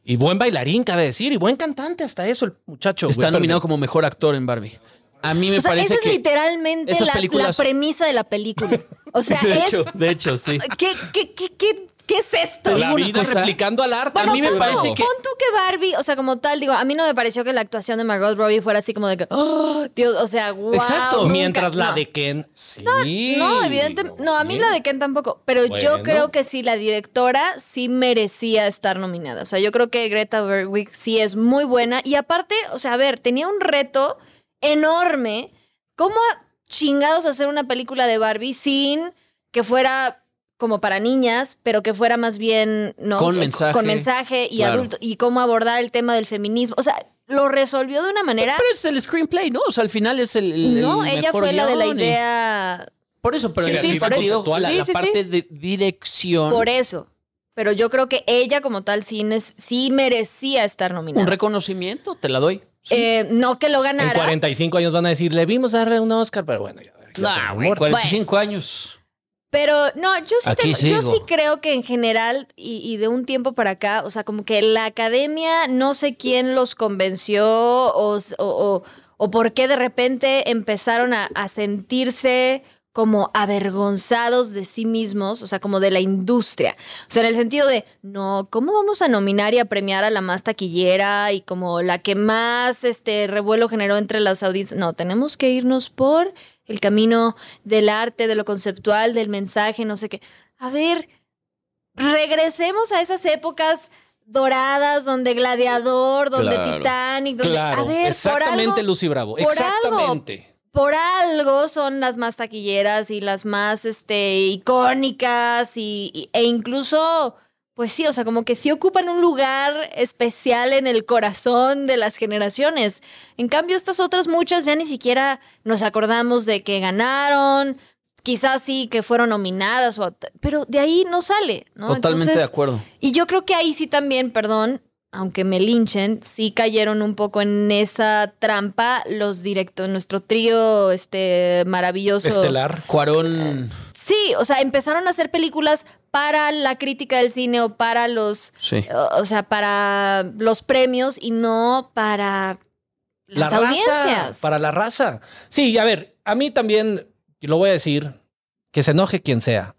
[SPEAKER 2] Y buen bailarín, cabe decir, y buen cantante hasta eso, el muchacho.
[SPEAKER 1] Está
[SPEAKER 2] güey,
[SPEAKER 1] nominado
[SPEAKER 2] pero-
[SPEAKER 1] como mejor actor en Barbie. A mí me
[SPEAKER 3] o sea,
[SPEAKER 1] parece
[SPEAKER 3] esa es
[SPEAKER 1] que
[SPEAKER 3] literalmente
[SPEAKER 1] esas
[SPEAKER 3] la, la
[SPEAKER 1] películas-
[SPEAKER 3] premisa de la película. O sea,
[SPEAKER 1] (laughs) de
[SPEAKER 3] es.
[SPEAKER 1] hecho, de hecho, sí.
[SPEAKER 3] ¿qué, qué, qué, qué, qué es esto?
[SPEAKER 1] como-
[SPEAKER 2] La
[SPEAKER 1] Una
[SPEAKER 2] vida
[SPEAKER 1] cosa-
[SPEAKER 2] replicando al arte.
[SPEAKER 3] Bueno,
[SPEAKER 2] a mí me
[SPEAKER 3] pon,
[SPEAKER 1] parece
[SPEAKER 3] tú,
[SPEAKER 2] parece
[SPEAKER 1] que-
[SPEAKER 2] que...
[SPEAKER 3] pon tú que Barbie, o sea, como tal, digo, a mí no me pareció que la actuación de Margot Robbie fuera así como de que, oh, Dios, o sea, wow.
[SPEAKER 1] Exacto.
[SPEAKER 3] nunca".
[SPEAKER 2] Mientras la
[SPEAKER 3] No.
[SPEAKER 2] de Ken, sí.
[SPEAKER 3] No, evidentemente. No, a mí la de Ken tampoco. Pero yo
[SPEAKER 2] Bueno.
[SPEAKER 3] creo que sí, la directora sí merecía estar nominada. O sea, yo creo que Greta Berwick sí es muy buena. Y aparte, o sea, a ver, tenía un reto enorme. ¿Cómo chingados hacer una película de Barbie sin que fuera como para niñas, pero que fuera más bien, ¿no?
[SPEAKER 1] Con
[SPEAKER 3] Eh,
[SPEAKER 1] mensaje.
[SPEAKER 3] Con mensaje y
[SPEAKER 1] Claro.
[SPEAKER 3] adulto. Y cómo abordar el tema del feminismo. O sea, lo resolvió de una manera.
[SPEAKER 1] Pero es el screenplay, ¿no? O sea, al final es el. el-
[SPEAKER 3] no,
[SPEAKER 1] el
[SPEAKER 3] ella
[SPEAKER 1] mejor eh.
[SPEAKER 3] fue la de la
[SPEAKER 1] guión y-
[SPEAKER 3] idea.
[SPEAKER 1] Por eso, pero
[SPEAKER 3] Sí,
[SPEAKER 1] en
[SPEAKER 3] sí,
[SPEAKER 1] el
[SPEAKER 3] por
[SPEAKER 1] sentido,
[SPEAKER 3] eso.
[SPEAKER 1] toda la,
[SPEAKER 3] Sí,
[SPEAKER 1] la
[SPEAKER 3] sí, sí.
[SPEAKER 1] parte de dirección.
[SPEAKER 3] Por eso. Pero yo creo que ella como tal sí, nes- sí merecía estar nominada.
[SPEAKER 1] un reconocimiento, te la doy.
[SPEAKER 3] Eh, no que lo
[SPEAKER 2] En
[SPEAKER 3] ganara.
[SPEAKER 2] 45 años van a decir, le vimos darle un Oscar, pero bueno, ya. ya se
[SPEAKER 1] Nah, güey,
[SPEAKER 2] enamora.
[SPEAKER 1] 45 años.
[SPEAKER 3] Pero no, yo sí,
[SPEAKER 1] Aquí
[SPEAKER 3] tengo- yo
[SPEAKER 1] sigo.
[SPEAKER 3] sí creo que en general y, y de un tiempo para acá, o sea, como que la academia no sé quién los convenció o, s- o, o- o por qué de repente empezaron a, a sentirse como avergonzados de sí mismos, o sea, como de la industria. O sea, en el sentido de, no, ¿cómo vamos a nominar y a premiar a la más taquillera y como la que más este revuelo generó entre las audiencias? No, tenemos que irnos por el camino del arte, de lo conceptual, del mensaje, no sé qué. A ver, regresemos a esas épocas doradas donde Gladiador, donde
[SPEAKER 1] Claro.
[SPEAKER 3] Titanic, donde...
[SPEAKER 2] Claro,
[SPEAKER 3] a ver, por
[SPEAKER 2] exactamente,
[SPEAKER 3] algo,
[SPEAKER 2] Lucy Bravo.
[SPEAKER 3] por algo-
[SPEAKER 2] exactamente.
[SPEAKER 3] por algo son las más taquilleras y las más este, icónicas y, y- e incluso, pues sí, o sea, como que sí ocupan un lugar especial en el corazón de las generaciones. En cambio, estas otras muchas ya ni siquiera nos acordamos de que ganaron, quizás sí que fueron nominadas, o, pero de ahí no sale, ¿no?
[SPEAKER 1] Totalmente de
[SPEAKER 3] Entonces,
[SPEAKER 1] acuerdo.
[SPEAKER 3] y yo creo que ahí sí también, perdón, aunque me linchen, sí cayeron un poco en esa trampa los directos, nuestro trío este maravilloso.
[SPEAKER 2] Estelar.
[SPEAKER 1] Cuarón.
[SPEAKER 3] Sí, o sea, empezaron a hacer películas para la crítica del cine o para los,
[SPEAKER 1] Sí.
[SPEAKER 3] o, o sea, para los premios y no para las
[SPEAKER 2] la
[SPEAKER 3] audiencias.
[SPEAKER 2] raza, para la raza. Sí, a ver, a mí también y lo voy a decir, que se enoje quien sea.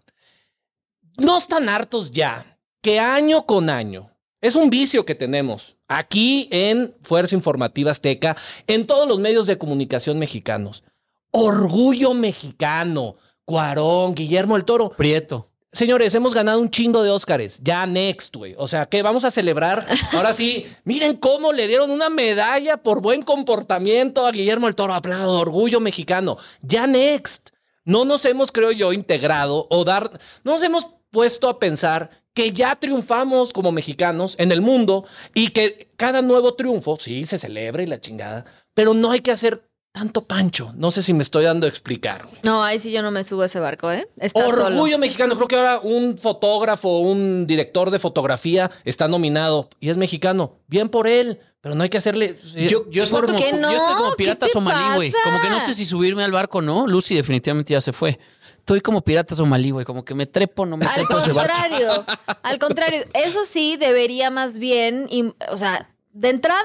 [SPEAKER 2] No están hartos ya, que año con año. Es un vicio que tenemos aquí en Fuerza Informativa Azteca, en todos los medios de comunicación mexicanos. Orgullo mexicano, Cuarón, Guillermo el Toro.
[SPEAKER 1] Prieto.
[SPEAKER 2] Señores, hemos ganado un chingo de Óscares. Ya next, güey. O sea, que vamos a celebrar. Ahora sí, miren cómo le dieron una medalla por buen comportamiento a Guillermo el Toro. Aplaudo, orgullo mexicano. Ya next. No nos hemos, creo yo, integrado o dar. No nos hemos puesto a pensar que ya triunfamos como mexicanos en el mundo y que cada nuevo triunfo, sí, se celebra y la chingada, pero no hay que hacer tanto pancho. No sé si me estoy dando a explicar, güey.
[SPEAKER 3] No, ahí sí yo no me subo a ese barco, ¿eh? Está
[SPEAKER 2] Orgullo
[SPEAKER 3] solo.
[SPEAKER 2] mexicano. Creo que ahora un fotógrafo, un director de fotografía está nominado y es mexicano. Bien por él, pero no hay que hacerle.
[SPEAKER 3] Eh,
[SPEAKER 2] eh,
[SPEAKER 1] Yo, yo estoy
[SPEAKER 3] ¿Por
[SPEAKER 1] como,
[SPEAKER 3] qué no?
[SPEAKER 1] yo estoy como
[SPEAKER 3] ¿Qué
[SPEAKER 1] pirata
[SPEAKER 3] te
[SPEAKER 1] somalí, güey.
[SPEAKER 3] pasa?
[SPEAKER 1] Como que no sé si subirme al barco, ¿no? Lucy definitivamente ya se fue. Estoy como pirata somalí, güey. Como que me trepo, no me
[SPEAKER 3] Al
[SPEAKER 1] trepo a ese barco.
[SPEAKER 3] contrario, al contrario, eso sí debería más bien, im- o sea, de entrada,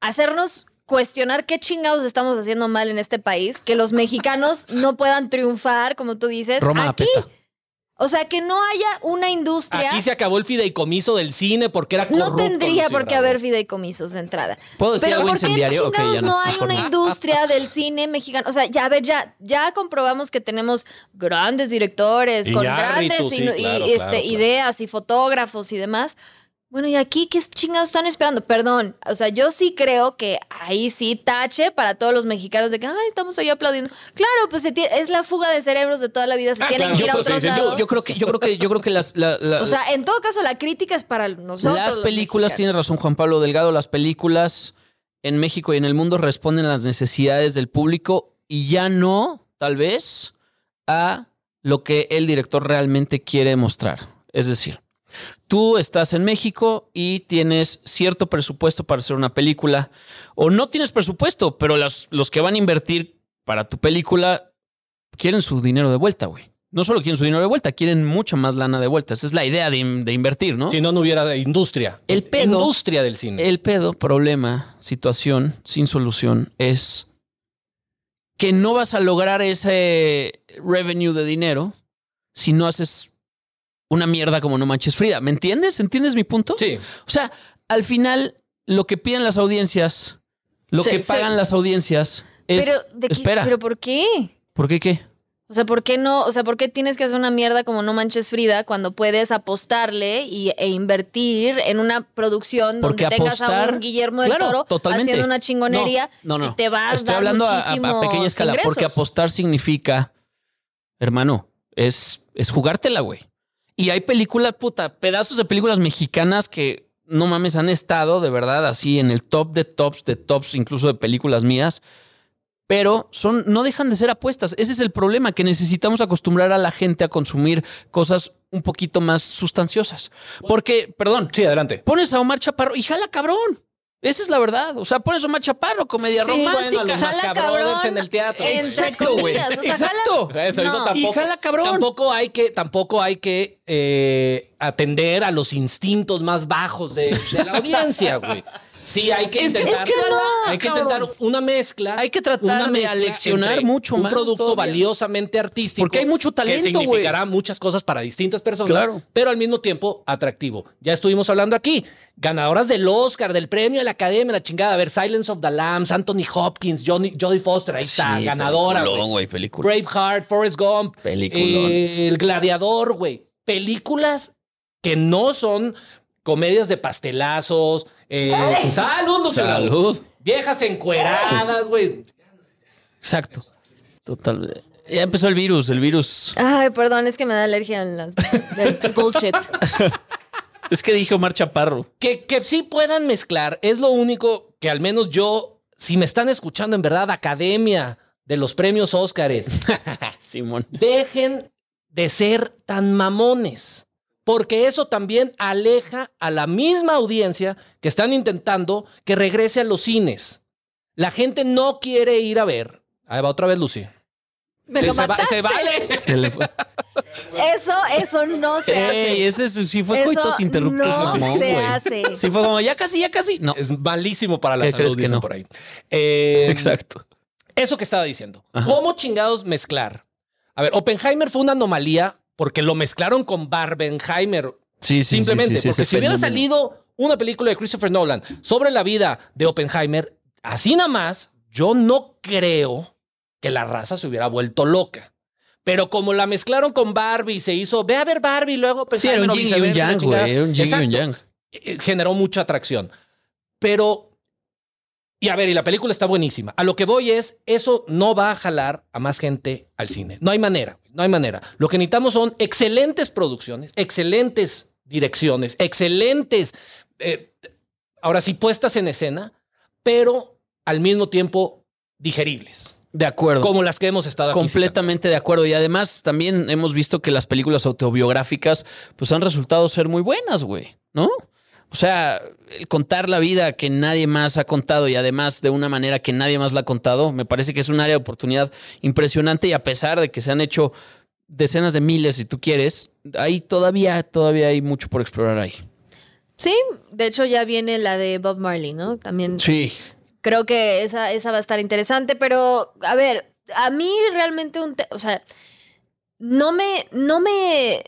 [SPEAKER 3] hacernos cuestionar qué chingados estamos haciendo mal en este país, que los mexicanos no puedan triunfar, como tú dices,
[SPEAKER 1] Roma
[SPEAKER 3] aquí.
[SPEAKER 1] apesta.
[SPEAKER 3] O sea, que no haya una industria.
[SPEAKER 2] Aquí se acabó el fideicomiso del cine porque era corrupto.
[SPEAKER 3] no tendría
[SPEAKER 2] Lucy
[SPEAKER 3] por qué
[SPEAKER 2] Bravo.
[SPEAKER 3] haber fideicomisos de entrada.
[SPEAKER 1] ¿Puedo decir
[SPEAKER 3] Pero
[SPEAKER 1] algo
[SPEAKER 3] ¿por qué
[SPEAKER 1] incendiario? Ok,
[SPEAKER 3] chingados
[SPEAKER 1] ya
[SPEAKER 3] no,
[SPEAKER 1] no,
[SPEAKER 3] hay
[SPEAKER 1] mejor
[SPEAKER 3] una
[SPEAKER 1] no.
[SPEAKER 3] industria del cine mexicano? O sea, ya a ver, ya, ya comprobamos que tenemos grandes directores con
[SPEAKER 2] Iñárritu,
[SPEAKER 3] grandes
[SPEAKER 2] sí,
[SPEAKER 3] inu-
[SPEAKER 2] claro,
[SPEAKER 3] y, este,
[SPEAKER 2] claro, claro.
[SPEAKER 3] ideas y fotógrafos y demás. Bueno, ¿y aquí qué chingados están esperando? Perdón, o sea, yo sí creo que ahí sí tache para todos los mexicanos de que, ay, estamos ahí aplaudiendo. Claro, pues se tie- es la fuga de cerebros de toda la vida, se
[SPEAKER 2] Ah,
[SPEAKER 3] tienen
[SPEAKER 2] claro,
[SPEAKER 3] que ir a
[SPEAKER 2] yo- sí,
[SPEAKER 3] otros
[SPEAKER 2] sí, yo-
[SPEAKER 3] lados.
[SPEAKER 1] Yo creo que, yo creo que, yo creo que las, la- la-
[SPEAKER 3] o sea, en todo caso, la crítica es para nosotros.
[SPEAKER 1] las
[SPEAKER 3] los
[SPEAKER 1] películas,
[SPEAKER 3] mexicanos.
[SPEAKER 1] tiene razón Juan Pablo Delgado, las películas en México y en el mundo responden a las necesidades del público y ya no, tal vez, a lo que el director realmente quiere mostrar. Es decir, tú estás en México y tienes cierto presupuesto para hacer una película o no tienes presupuesto, pero las- los que van a invertir para tu película quieren su dinero de vuelta, güey. No solo quieren su dinero de vuelta, quieren mucha más lana de vuelta. Esa es la idea de, in- de invertir, ¿no?
[SPEAKER 2] Si no, no hubiera industria.
[SPEAKER 1] El pedo-
[SPEAKER 2] Industria del
[SPEAKER 3] Mm.
[SPEAKER 2] cine.
[SPEAKER 1] El pedo, problema, situación sin solución es que no vas a lograr ese revenue de dinero si no haces una mierda como No Manches Frida. ¿Me entiendes? ¿Entiendes mi punto?
[SPEAKER 2] Sí.
[SPEAKER 1] O sea, al final, lo que piden las audiencias, lo
[SPEAKER 3] Sí,
[SPEAKER 1] que
[SPEAKER 3] sí.
[SPEAKER 1] pagan las audiencias es.
[SPEAKER 3] Pero, ¿de qué-
[SPEAKER 1] espera,
[SPEAKER 3] ¿Pero por qué?
[SPEAKER 1] ¿por qué qué?
[SPEAKER 3] O sea, ¿por qué no? O sea, ¿por qué tienes que hacer una mierda como No Manches Frida cuando puedes apostarle y, e invertir en una producción donde
[SPEAKER 1] Porque
[SPEAKER 3] tengas a
[SPEAKER 1] apostar-
[SPEAKER 3] un Guillermo del
[SPEAKER 1] Claro,
[SPEAKER 3] Toro
[SPEAKER 1] totalmente.
[SPEAKER 3] haciendo una chingonería
[SPEAKER 1] No, no, no.
[SPEAKER 3] y te va a
[SPEAKER 1] Estoy
[SPEAKER 3] dar
[SPEAKER 1] hablando a- a,
[SPEAKER 3] muchísimos
[SPEAKER 1] a pequeña escala,
[SPEAKER 3] ingresos.
[SPEAKER 1] porque apostar significa, hermano, es, es jugártela, güey. Y hay películas, puta, pedazos de películas mexicanas que no mames, han estado de verdad así en el top de tops, de tops, incluso de películas mías. Pero son, no dejan de ser apuestas. Ese es el problema, que necesitamos acostumbrar a la gente a consumir cosas un poquito más sustanciosas. Porque, perdón,
[SPEAKER 2] Sí, adelante.
[SPEAKER 1] pones a Omar Chaparro y jala cabrón. Esa es la verdad. O sea, pones a Omar Chaparro, comedia
[SPEAKER 2] Sí,
[SPEAKER 1] romántica.
[SPEAKER 2] bueno, a los
[SPEAKER 3] Jala
[SPEAKER 2] más cabrones en el teatro.
[SPEAKER 3] cabrón, entre
[SPEAKER 1] Exacto, güey.
[SPEAKER 3] comillas, o sea, jala-
[SPEAKER 1] Exacto.
[SPEAKER 2] Eso,
[SPEAKER 3] No.
[SPEAKER 2] eso tampoco,
[SPEAKER 1] Y jala cabrón.
[SPEAKER 2] Tampoco hay que, tampoco hay que eh, atender a los instintos más bajos de, de la audiencia, güey. Sí, hay que
[SPEAKER 1] Es que-
[SPEAKER 2] intentar,
[SPEAKER 3] es que no,
[SPEAKER 2] hay que
[SPEAKER 1] cabrón.
[SPEAKER 2] intentar una mezcla.
[SPEAKER 1] Hay que tratar
[SPEAKER 2] una
[SPEAKER 1] de
[SPEAKER 2] mezcla
[SPEAKER 1] aleccionar
[SPEAKER 2] entre
[SPEAKER 1] mucho
[SPEAKER 2] un
[SPEAKER 1] más
[SPEAKER 2] producto
[SPEAKER 1] todavía.
[SPEAKER 2] valiosamente artístico.
[SPEAKER 1] Porque hay mucho talento,
[SPEAKER 2] Que significará muchas cosas para distintas personas.
[SPEAKER 1] Claro.
[SPEAKER 2] Pero al mismo tiempo atractivo. Ya estuvimos hablando aquí. Ganadoras del Oscar, del premio de la Academia, la chingada. A ver, Silence of the Lambs, Anthony Hopkins, Johnny, Jodie Foster. Ahí está,
[SPEAKER 1] Sí,
[SPEAKER 2] ganadora. güey.
[SPEAKER 1] peliculón, güey, película.
[SPEAKER 2] Braveheart, Forrest Gump,
[SPEAKER 1] Peliculones.
[SPEAKER 2] eh, El Gladiador, güey. Películas que no son comedias de pastelazos. eh, salud, Lucio Bravo.
[SPEAKER 1] Salud.
[SPEAKER 2] Viejas encueradas, güey.
[SPEAKER 1] Exacto. Total. Ya empezó el virus, el virus.
[SPEAKER 3] Ay, perdón, es que me da alergia en las del
[SPEAKER 1] (laughs)
[SPEAKER 3] bullshit.
[SPEAKER 1] Es que dije Omar
[SPEAKER 2] (laughs)
[SPEAKER 1] Chaparro.
[SPEAKER 2] Que, que sí puedan mezclar es lo único que al menos yo, si me están escuchando en verdad, Academia de los
[SPEAKER 1] (laughs)
[SPEAKER 2] Premios Óscares, Ah,
[SPEAKER 1] Simón.
[SPEAKER 2] dejen de ser tan mamones, porque eso también aleja a la misma audiencia que están intentando que regrese a los cines. La gente no quiere ir a ver. Ahí va otra vez, Lucy. Eh,
[SPEAKER 3] Me lo
[SPEAKER 2] se, va-
[SPEAKER 3] mataste.
[SPEAKER 2] se vale. (laughs)
[SPEAKER 1] Se le fue.
[SPEAKER 3] Eso, eso no se
[SPEAKER 1] Ey,
[SPEAKER 3] hace.
[SPEAKER 1] ese es- sí fue
[SPEAKER 3] Eso
[SPEAKER 1] coitos interruptus.
[SPEAKER 3] no
[SPEAKER 1] mamón,
[SPEAKER 3] se
[SPEAKER 1] güey.
[SPEAKER 3] hace.
[SPEAKER 1] Sí fue como, ya casi, ya casi. No.
[SPEAKER 2] Es malísimo para la
[SPEAKER 1] ¿Qué
[SPEAKER 2] salud,
[SPEAKER 1] crees que
[SPEAKER 2] dicen
[SPEAKER 1] no?
[SPEAKER 2] por ahí. Eh,
[SPEAKER 1] Exacto.
[SPEAKER 2] Eso que estaba diciendo.
[SPEAKER 1] Ajá.
[SPEAKER 2] ¿Cómo chingados mezclar? A ver, Oppenheimer fue una anomalía porque lo mezclaron con Barbenheimer.
[SPEAKER 1] Sí, sí.
[SPEAKER 2] simplemente,
[SPEAKER 1] sí, sí,
[SPEAKER 2] porque
[SPEAKER 1] ese
[SPEAKER 2] si hubiera
[SPEAKER 1] fenómeno.
[SPEAKER 2] salido una película de Christopher Nolan sobre la vida de Oppenheimer, así nada más, yo no creo que la raza se hubiera vuelto loca. Pero como la mezclaron con Barbie y se hizo, ve a ver Barbie y luego
[SPEAKER 1] Sí, era un
[SPEAKER 2] Oppenheimer, o
[SPEAKER 1] yin y un
[SPEAKER 2] viceversa, la
[SPEAKER 1] yang,
[SPEAKER 2] chingada.
[SPEAKER 1] güey. Era un yin y un
[SPEAKER 2] Exacto
[SPEAKER 1] yang.
[SPEAKER 2] eh, generó mucha atracción. Pero, y a ver, y la película está buenísima. A lo que voy es, eso no va a jalar a más gente al cine. No hay manera, no hay manera. Lo que necesitamos son excelentes producciones, excelentes direcciones, excelentes, eh, ahora sí, puestas en escena, pero al mismo tiempo digeribles,
[SPEAKER 1] De acuerdo.
[SPEAKER 2] como las que hemos estado aquí citando.
[SPEAKER 1] Completamente de acuerdo. Y además también hemos visto que las películas autobiográficas pues han resultado ser muy buenas, güey, ¿no? O sea, el contar la vida que nadie más ha contado y además de una manera que nadie más la ha contado, me parece que es un área de oportunidad impresionante y a pesar de que se han hecho decenas de miles, si tú quieres, ahí todavía, todavía hay mucho por explorar ahí.
[SPEAKER 3] Sí, de hecho ya viene la de Bob Marley, ¿no? También
[SPEAKER 1] Sí.
[SPEAKER 3] creo que esa, esa va a estar interesante, pero a ver, a mí realmente un... te- o sea, no me, no me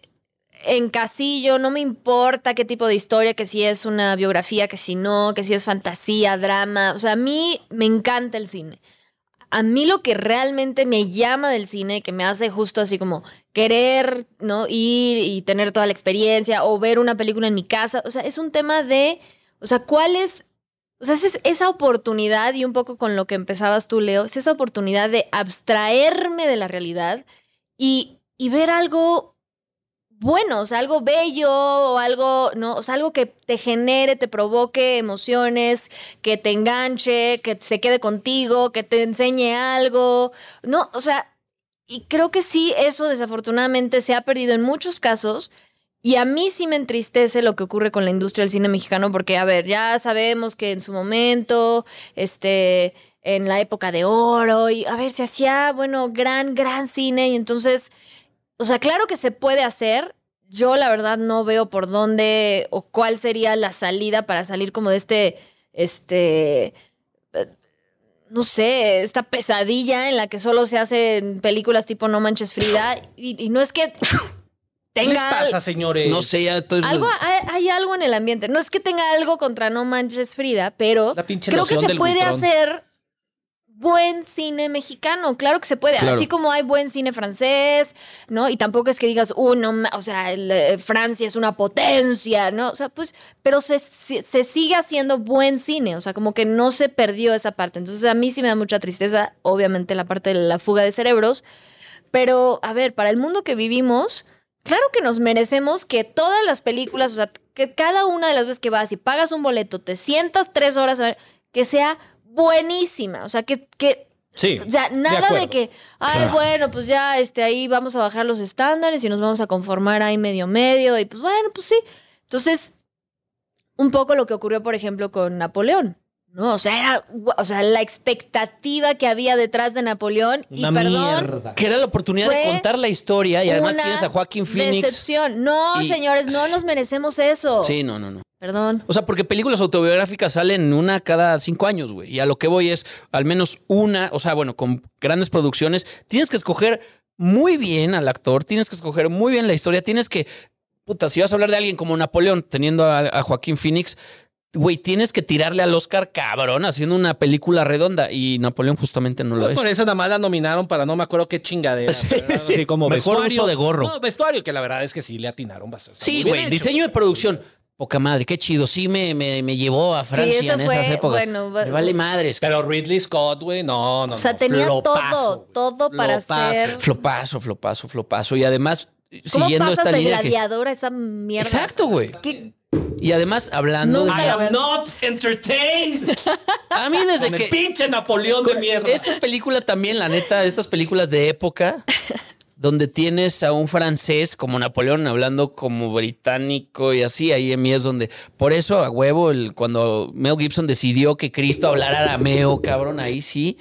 [SPEAKER 3] encasillo, no me importa qué tipo de historia, que si es una biografía, que si no, que si es fantasía, drama. O sea, a mí me encanta el cine. A mí lo que realmente me llama del cine, que me hace justo así como querer, ¿no? Ir y tener toda la experiencia o ver una película en mi casa. O sea, es un tema de, o sea, ¿cuál es o sea, es es esa oportunidad, y un poco con lo que empezabas tú, Leo, es esa oportunidad de abstraerme de la realidad y, y ver algo bueno, o sea, algo bello o algo, ¿no? O sea, algo que te genere, te provoque emociones, que te enganche, que se quede contigo, que te enseñe algo, ¿no? O sea, y creo que sí, eso desafortunadamente se ha perdido en muchos casos y a mí sí me entristece lo que ocurre con la industria del cine mexicano, porque, a ver, ya sabemos que en su momento, este, en la época de oro, y a ver, se hacía, bueno, gran, gran cine, y entonces, o sea, claro que se puede hacer. Yo, la verdad, no veo por dónde o cuál sería la salida para salir como de este, este, eh, no sé, esta pesadilla en la que solo se hacen películas tipo No Manches Frida, y, y no es que
[SPEAKER 2] ¿Qué les
[SPEAKER 3] tenga
[SPEAKER 2] pasa, señores?
[SPEAKER 1] Eh, No sé, ya estoy...
[SPEAKER 3] algo, hay, hay algo en el ambiente. No es que tenga algo contra No Manches Frida, pero
[SPEAKER 2] La pinche
[SPEAKER 3] creo que
[SPEAKER 2] noción
[SPEAKER 3] se
[SPEAKER 2] del
[SPEAKER 3] puede
[SPEAKER 2] buitrón.
[SPEAKER 3] hacer buen cine mexicano. Claro que se puede.
[SPEAKER 1] Claro.
[SPEAKER 3] Así como hay buen cine francés, ¿no? Y tampoco es que digas, uh, no, ma- o sea, el, eh, Francia es una potencia, ¿no? O sea, pues, pero se, se- se sigue haciendo buen cine. O sea, como que no se perdió esa parte. Entonces, a mí sí me da mucha tristeza, obviamente, la parte de la fuga de cerebros. Pero, a ver, para el mundo que vivimos, claro que nos merecemos que todas las películas, o sea, que cada una de las veces que vas y pagas un boleto, te sientas tres horas a ver, que sea buenísima. O sea, que, que
[SPEAKER 2] Sí.
[SPEAKER 3] o sea, nada de,
[SPEAKER 2] acuerdo.
[SPEAKER 3] que, ay,
[SPEAKER 1] Claro.
[SPEAKER 3] bueno, pues ya este, ahí vamos a bajar los estándares y nos vamos a conformar ahí medio medio. Y pues bueno, pues sí. Entonces, un poco lo que ocurrió, por ejemplo, con Napoleón. No, o sea, era, gua- o sea, la expectativa que había detrás de Napoleón y
[SPEAKER 2] Una
[SPEAKER 3] perdón,
[SPEAKER 2] mierda.
[SPEAKER 1] Que era la oportunidad de
[SPEAKER 3] Fue
[SPEAKER 1] contar la historia y además
[SPEAKER 3] una
[SPEAKER 1] tienes a Joaquín Phoenix.
[SPEAKER 3] Decepción. No,
[SPEAKER 1] y-
[SPEAKER 3] señores, no nos merecemos eso.
[SPEAKER 1] Sí, no, no, no.
[SPEAKER 3] Perdón.
[SPEAKER 1] O sea, porque películas autobiográficas salen una cada cinco años, güey. Y a lo que voy es, al menos una, o sea, bueno, con grandes producciones, tienes que escoger muy bien al actor, tienes que escoger muy bien la historia, tienes que, puta, si vas a hablar de alguien como Napoleón, teniendo a, a Joaquín Phoenix, güey, tienes que tirarle al Oscar cabrón haciendo una película redonda. Y Napoleón justamente no lo
[SPEAKER 2] Pues
[SPEAKER 1] es.
[SPEAKER 2] por eso nada más la nominaron para no me acuerdo qué chingadera.
[SPEAKER 1] Sí,
[SPEAKER 2] pero,
[SPEAKER 1] sí.
[SPEAKER 2] así como
[SPEAKER 1] Mejor uso de gorro.
[SPEAKER 2] No, vestuario, que la verdad es que sí le atinaron bastante.
[SPEAKER 1] Sí, güey, diseño de producción. Poca madre, qué chido. Sí, me, me, me llevó a Francia
[SPEAKER 3] eso
[SPEAKER 1] en esas
[SPEAKER 3] fue,
[SPEAKER 1] épocas.
[SPEAKER 3] bueno, va-
[SPEAKER 1] Me vale madres.
[SPEAKER 2] Pero Ridley Scott, güey, no, no.
[SPEAKER 3] O sea,
[SPEAKER 2] no,
[SPEAKER 3] tenía
[SPEAKER 2] flopazo,
[SPEAKER 3] todo,
[SPEAKER 2] güey.
[SPEAKER 3] todo para
[SPEAKER 2] Flopazo.
[SPEAKER 3] ser-
[SPEAKER 1] Flopazo, flopazo, flopazo. Y además,
[SPEAKER 3] ¿Cómo
[SPEAKER 1] siguiendo
[SPEAKER 3] pasas
[SPEAKER 1] esta
[SPEAKER 3] de
[SPEAKER 1] línea. que-
[SPEAKER 3] gladiador a esa mierda?
[SPEAKER 1] Exacto, güey.
[SPEAKER 3] ¿Qué-
[SPEAKER 1] Y además, hablando. de-
[SPEAKER 3] Nunca
[SPEAKER 2] I
[SPEAKER 3] la-
[SPEAKER 2] am not
[SPEAKER 1] (laughs)
[SPEAKER 2] entertained.
[SPEAKER 1] A mí, desde
[SPEAKER 2] Con el
[SPEAKER 1] que. este
[SPEAKER 2] pinche Napoleón de mierda.
[SPEAKER 1] Estas películas también, la neta, estas películas de
[SPEAKER 3] (laughs)
[SPEAKER 1] época, donde tienes a un francés como Napoleón hablando como británico y así, ahí en mí es donde. Por eso, a huevo, el- cuando Mel Gibson decidió que Cristo hablara arameo, cabrón, ahí sí.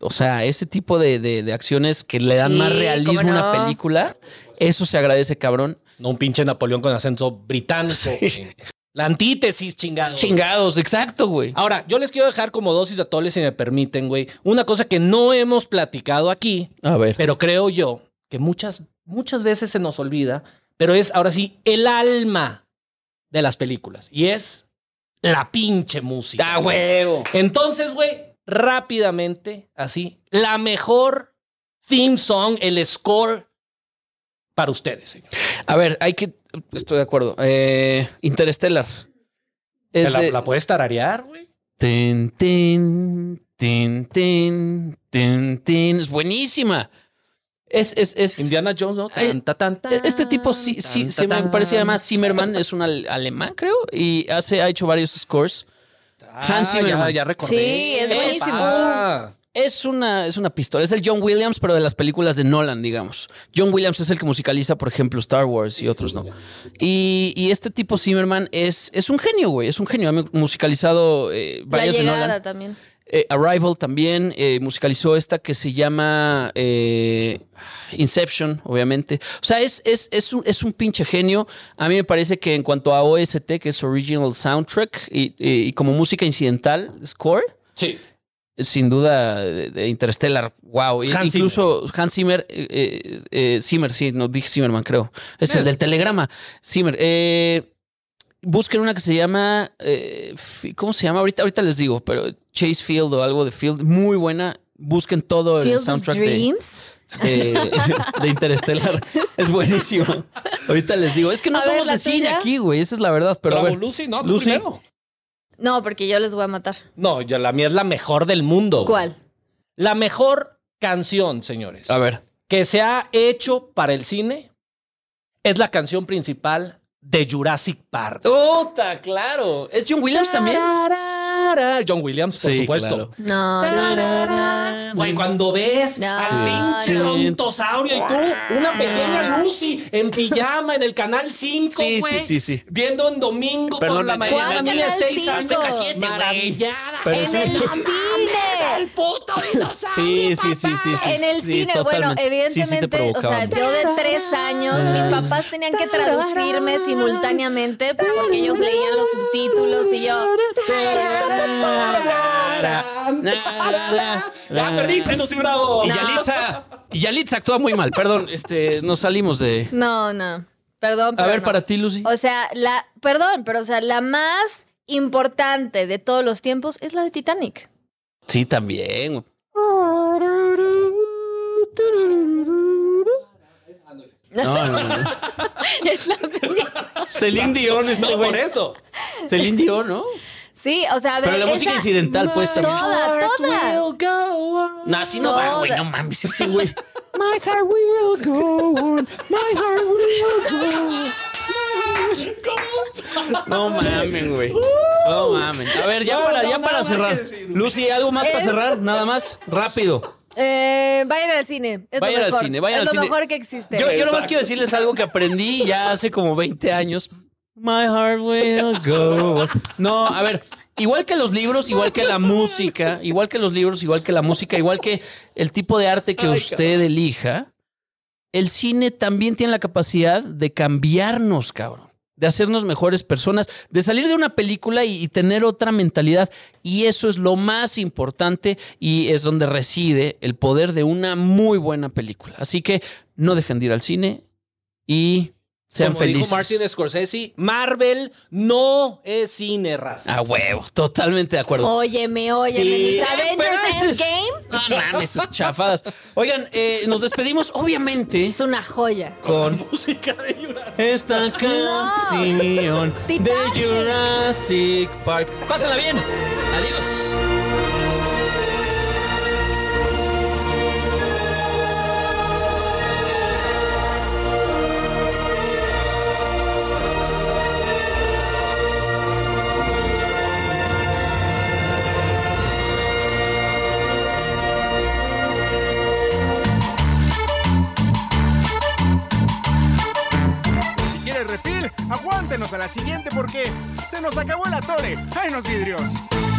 [SPEAKER 1] O sea, ese tipo de, de- de acciones que le dan
[SPEAKER 3] Sí,
[SPEAKER 1] más realismo
[SPEAKER 3] cómo
[SPEAKER 1] a una
[SPEAKER 3] no.
[SPEAKER 1] película, eso se agradece, cabrón.
[SPEAKER 2] No un pinche Napoleón con acento británico. güey. La antítesis, chingado.
[SPEAKER 1] Chingados, exacto, güey.
[SPEAKER 2] Ahora, yo les quiero dejar como dosis de atole, si me permiten, güey. Una cosa que no hemos platicado aquí,
[SPEAKER 1] A ver.
[SPEAKER 2] pero creo yo que muchas, muchas veces se nos olvida, pero es ahora sí el alma de las películas. Y es la pinche música.
[SPEAKER 1] ¡Da huevo!
[SPEAKER 2] Entonces, güey, rápidamente, así, la mejor theme song, el score para ustedes, señor.
[SPEAKER 1] A ver, hay que. Estoy de acuerdo. Eh, Interstellar.
[SPEAKER 2] ¿Te la,
[SPEAKER 1] Ese-
[SPEAKER 2] la puedes tararear, güey?
[SPEAKER 1] Tin, tin, tin, tin, tin, tin. Es buenísima. Es, es, es.
[SPEAKER 2] Indiana Jones, ¿no?
[SPEAKER 1] Eh,
[SPEAKER 2] Tan, ta, tan, tan,
[SPEAKER 1] Este tipo sí, sí,
[SPEAKER 2] tan,
[SPEAKER 1] se me
[SPEAKER 2] ta, tan.
[SPEAKER 1] parece además Zimmerman, es un al- alemán, creo, y hace, ha hecho varios scores.
[SPEAKER 2] Ah,
[SPEAKER 1] Hans Zimmer.
[SPEAKER 2] Ya, ya recordé.
[SPEAKER 3] Sí, es buenísimo.
[SPEAKER 2] Ah,
[SPEAKER 1] Es una, es una pistola, es el John Williams, pero de las películas de Nolan, digamos. John Williams es el que musicaliza, por ejemplo, Star Wars y otros, ¿no? Y, y este tipo Zimmerman es, es un genio, güey, es un genio. Ha mu- musicalizado eh,
[SPEAKER 3] La
[SPEAKER 1] varias de Nolan.
[SPEAKER 3] llegada también.
[SPEAKER 1] Eh, Arrival también eh, musicalizó esta que se llama eh, Inception, obviamente. O sea, es, es, es, un, es un pinche genio. A mí me parece que en cuanto a OST, que es Original Soundtrack, y, y- y como música incidental, score,
[SPEAKER 2] sí.
[SPEAKER 1] sin duda de, de Interstellar, wow. Y-
[SPEAKER 2] Hans
[SPEAKER 1] Incluso Hans Zimmer, eh, eh, eh, Zimmer, sí, no dije Zimmerman, creo. Es el del telegrama. Zimmer. eh, busquen una que se llama. eh, fi- ¿Cómo se llama? Ahorita, ahorita les digo, pero Chase Field o algo de Field, muy buena. Busquen todo el
[SPEAKER 3] Field of
[SPEAKER 1] soundtrack de,
[SPEAKER 3] Dreams.
[SPEAKER 1] eh, de Interstellar.
[SPEAKER 3] (laughs)
[SPEAKER 1] Es buenísimo. Ahorita les digo. Es que no
[SPEAKER 3] A ver,
[SPEAKER 1] somos
[SPEAKER 3] la
[SPEAKER 1] de cine
[SPEAKER 3] tuya.
[SPEAKER 1] aquí, güey. Esa es la verdad. Pero
[SPEAKER 2] Pero
[SPEAKER 1] a ver.
[SPEAKER 2] Lucy, ¿no? Tú
[SPEAKER 1] Lucy.
[SPEAKER 2] primero.
[SPEAKER 3] No, porque yo les voy a matar.
[SPEAKER 2] No, yo- la mía es la mejor del mundo.
[SPEAKER 1] Oh.
[SPEAKER 2] güey.
[SPEAKER 3] ¿Cuál?
[SPEAKER 2] La mejor canción, señores,
[SPEAKER 1] A ver.
[SPEAKER 2] que se ha hecho para el cine es la canción principal de Jurassic Park.
[SPEAKER 1] ¡Ota! Claro. ¿Es John Williams también?
[SPEAKER 2] Tararara. John Williams, por
[SPEAKER 1] Sí,
[SPEAKER 2] supuesto.
[SPEAKER 1] claro.
[SPEAKER 3] No, no, no.
[SPEAKER 2] Tararara. Güey, cuando ves
[SPEAKER 3] No,
[SPEAKER 2] al pinche
[SPEAKER 1] no.
[SPEAKER 2] brontosaurio y tú, una pequeña Lucy en pijama en el canal 5,
[SPEAKER 1] Sí,
[SPEAKER 2] güey,
[SPEAKER 1] sí, sí, sí.
[SPEAKER 2] viendo en domingo por
[SPEAKER 1] Perdón,
[SPEAKER 2] la
[SPEAKER 1] ¿cuál
[SPEAKER 2] mañana, una niña de
[SPEAKER 3] canal
[SPEAKER 2] 6 años,
[SPEAKER 3] cinco? Azteca
[SPEAKER 1] siete, güey.
[SPEAKER 2] maravillada.
[SPEAKER 1] Pero
[SPEAKER 3] En
[SPEAKER 1] sí.
[SPEAKER 3] el cine.
[SPEAKER 2] el puto dinosaurio,
[SPEAKER 1] Sí, sí, sí,
[SPEAKER 2] papá!
[SPEAKER 1] sí, sí.
[SPEAKER 3] En el
[SPEAKER 1] Sí,
[SPEAKER 3] cine, bueno,
[SPEAKER 1] totalmente. Sí, sí te
[SPEAKER 3] evidentemente, o sea,
[SPEAKER 1] provocaban.
[SPEAKER 3] yo de tres años, mis papás tenían que traducirme simultáneamente porque ellos leían los subtítulos y yo.
[SPEAKER 2] Ya perdiste, Lucy Bravo.
[SPEAKER 1] Y
[SPEAKER 3] No.
[SPEAKER 1] Yalitza, y Yalitza actúa muy mal. Perdón, este, nos salimos de.
[SPEAKER 3] No, no. Perdón,
[SPEAKER 1] A
[SPEAKER 3] pero
[SPEAKER 1] ver,
[SPEAKER 3] no.
[SPEAKER 1] para ti, Lucy.
[SPEAKER 3] O sea, la. Perdón, pero o sea, la más importante de todos los tiempos es la de Titanic.
[SPEAKER 4] (laughs)
[SPEAKER 1] Sí, también. No, no, no. no.
[SPEAKER 3] (laughs) Es la misma.
[SPEAKER 1] Celine Dion, este
[SPEAKER 2] No,
[SPEAKER 1] güey.
[SPEAKER 2] por eso.
[SPEAKER 1] Celine Dion, ¿no?
[SPEAKER 3] Sí, o sea, a ver.
[SPEAKER 1] Pero la música
[SPEAKER 3] esa-
[SPEAKER 1] incidental, pues también.
[SPEAKER 3] Toda, toda.
[SPEAKER 1] No, así no va, güey.
[SPEAKER 3] Toda.
[SPEAKER 1] No mames, ese güey.
[SPEAKER 4] (laughs) My heart will go on. My heart will go on.
[SPEAKER 1] (laughs) No mamen, güey. No mamen. A ver, ya
[SPEAKER 2] No,
[SPEAKER 1] para,
[SPEAKER 2] no,
[SPEAKER 1] ya
[SPEAKER 2] nada
[SPEAKER 1] para
[SPEAKER 2] más que
[SPEAKER 1] cerrar.
[SPEAKER 2] decir, güey.
[SPEAKER 1] Lucy, ¿algo más para
[SPEAKER 3] Es-
[SPEAKER 1] cerrar? Nada más. Rápido.
[SPEAKER 3] Eh, vayan al cine. Es
[SPEAKER 1] Vayan
[SPEAKER 3] lo
[SPEAKER 1] al
[SPEAKER 3] mejor.
[SPEAKER 1] cine, vayan
[SPEAKER 3] es
[SPEAKER 1] al
[SPEAKER 3] lo
[SPEAKER 1] cine.
[SPEAKER 3] mejor que existe.
[SPEAKER 1] Yo, yo nomás quiero decirles algo que aprendí ya hace como 20 años. My heart will go. on. No, a ver, igual que los libros, igual que la música, igual que los libros, igual que la música, igual que el tipo de arte que
[SPEAKER 2] Ay,
[SPEAKER 1] usted elija, el cine también tiene la capacidad de cambiarnos, cabrón. De hacernos mejores personas, de salir de una película y, y tener otra mentalidad. Y eso es lo más importante y es donde reside el poder de una muy buena película. Así que no dejen de ir al cine y sean
[SPEAKER 2] Como
[SPEAKER 1] felices.
[SPEAKER 2] dijo Martin Scorsese, Marvel no es cine raza.
[SPEAKER 1] A huevo, totalmente de
[SPEAKER 3] Oh.
[SPEAKER 1] acuerdo.
[SPEAKER 3] Óyeme, óyeme,
[SPEAKER 1] Sí,
[SPEAKER 3] mis Avengers
[SPEAKER 1] pero ese es-
[SPEAKER 3] Endgame
[SPEAKER 1] No mames, sus chafadas. Oigan, eh, nos despedimos obviamente
[SPEAKER 3] es una joya.
[SPEAKER 1] con
[SPEAKER 2] (laughs) Música de Jurassic.
[SPEAKER 1] esta canción de
[SPEAKER 3] Titanic.
[SPEAKER 1] Jurassic Park. Pásenla bien. Adiós.
[SPEAKER 5] Si quieres refil, aguántenos a la siguiente porque se nos acabó la torre. ¡Ay, los vidrios!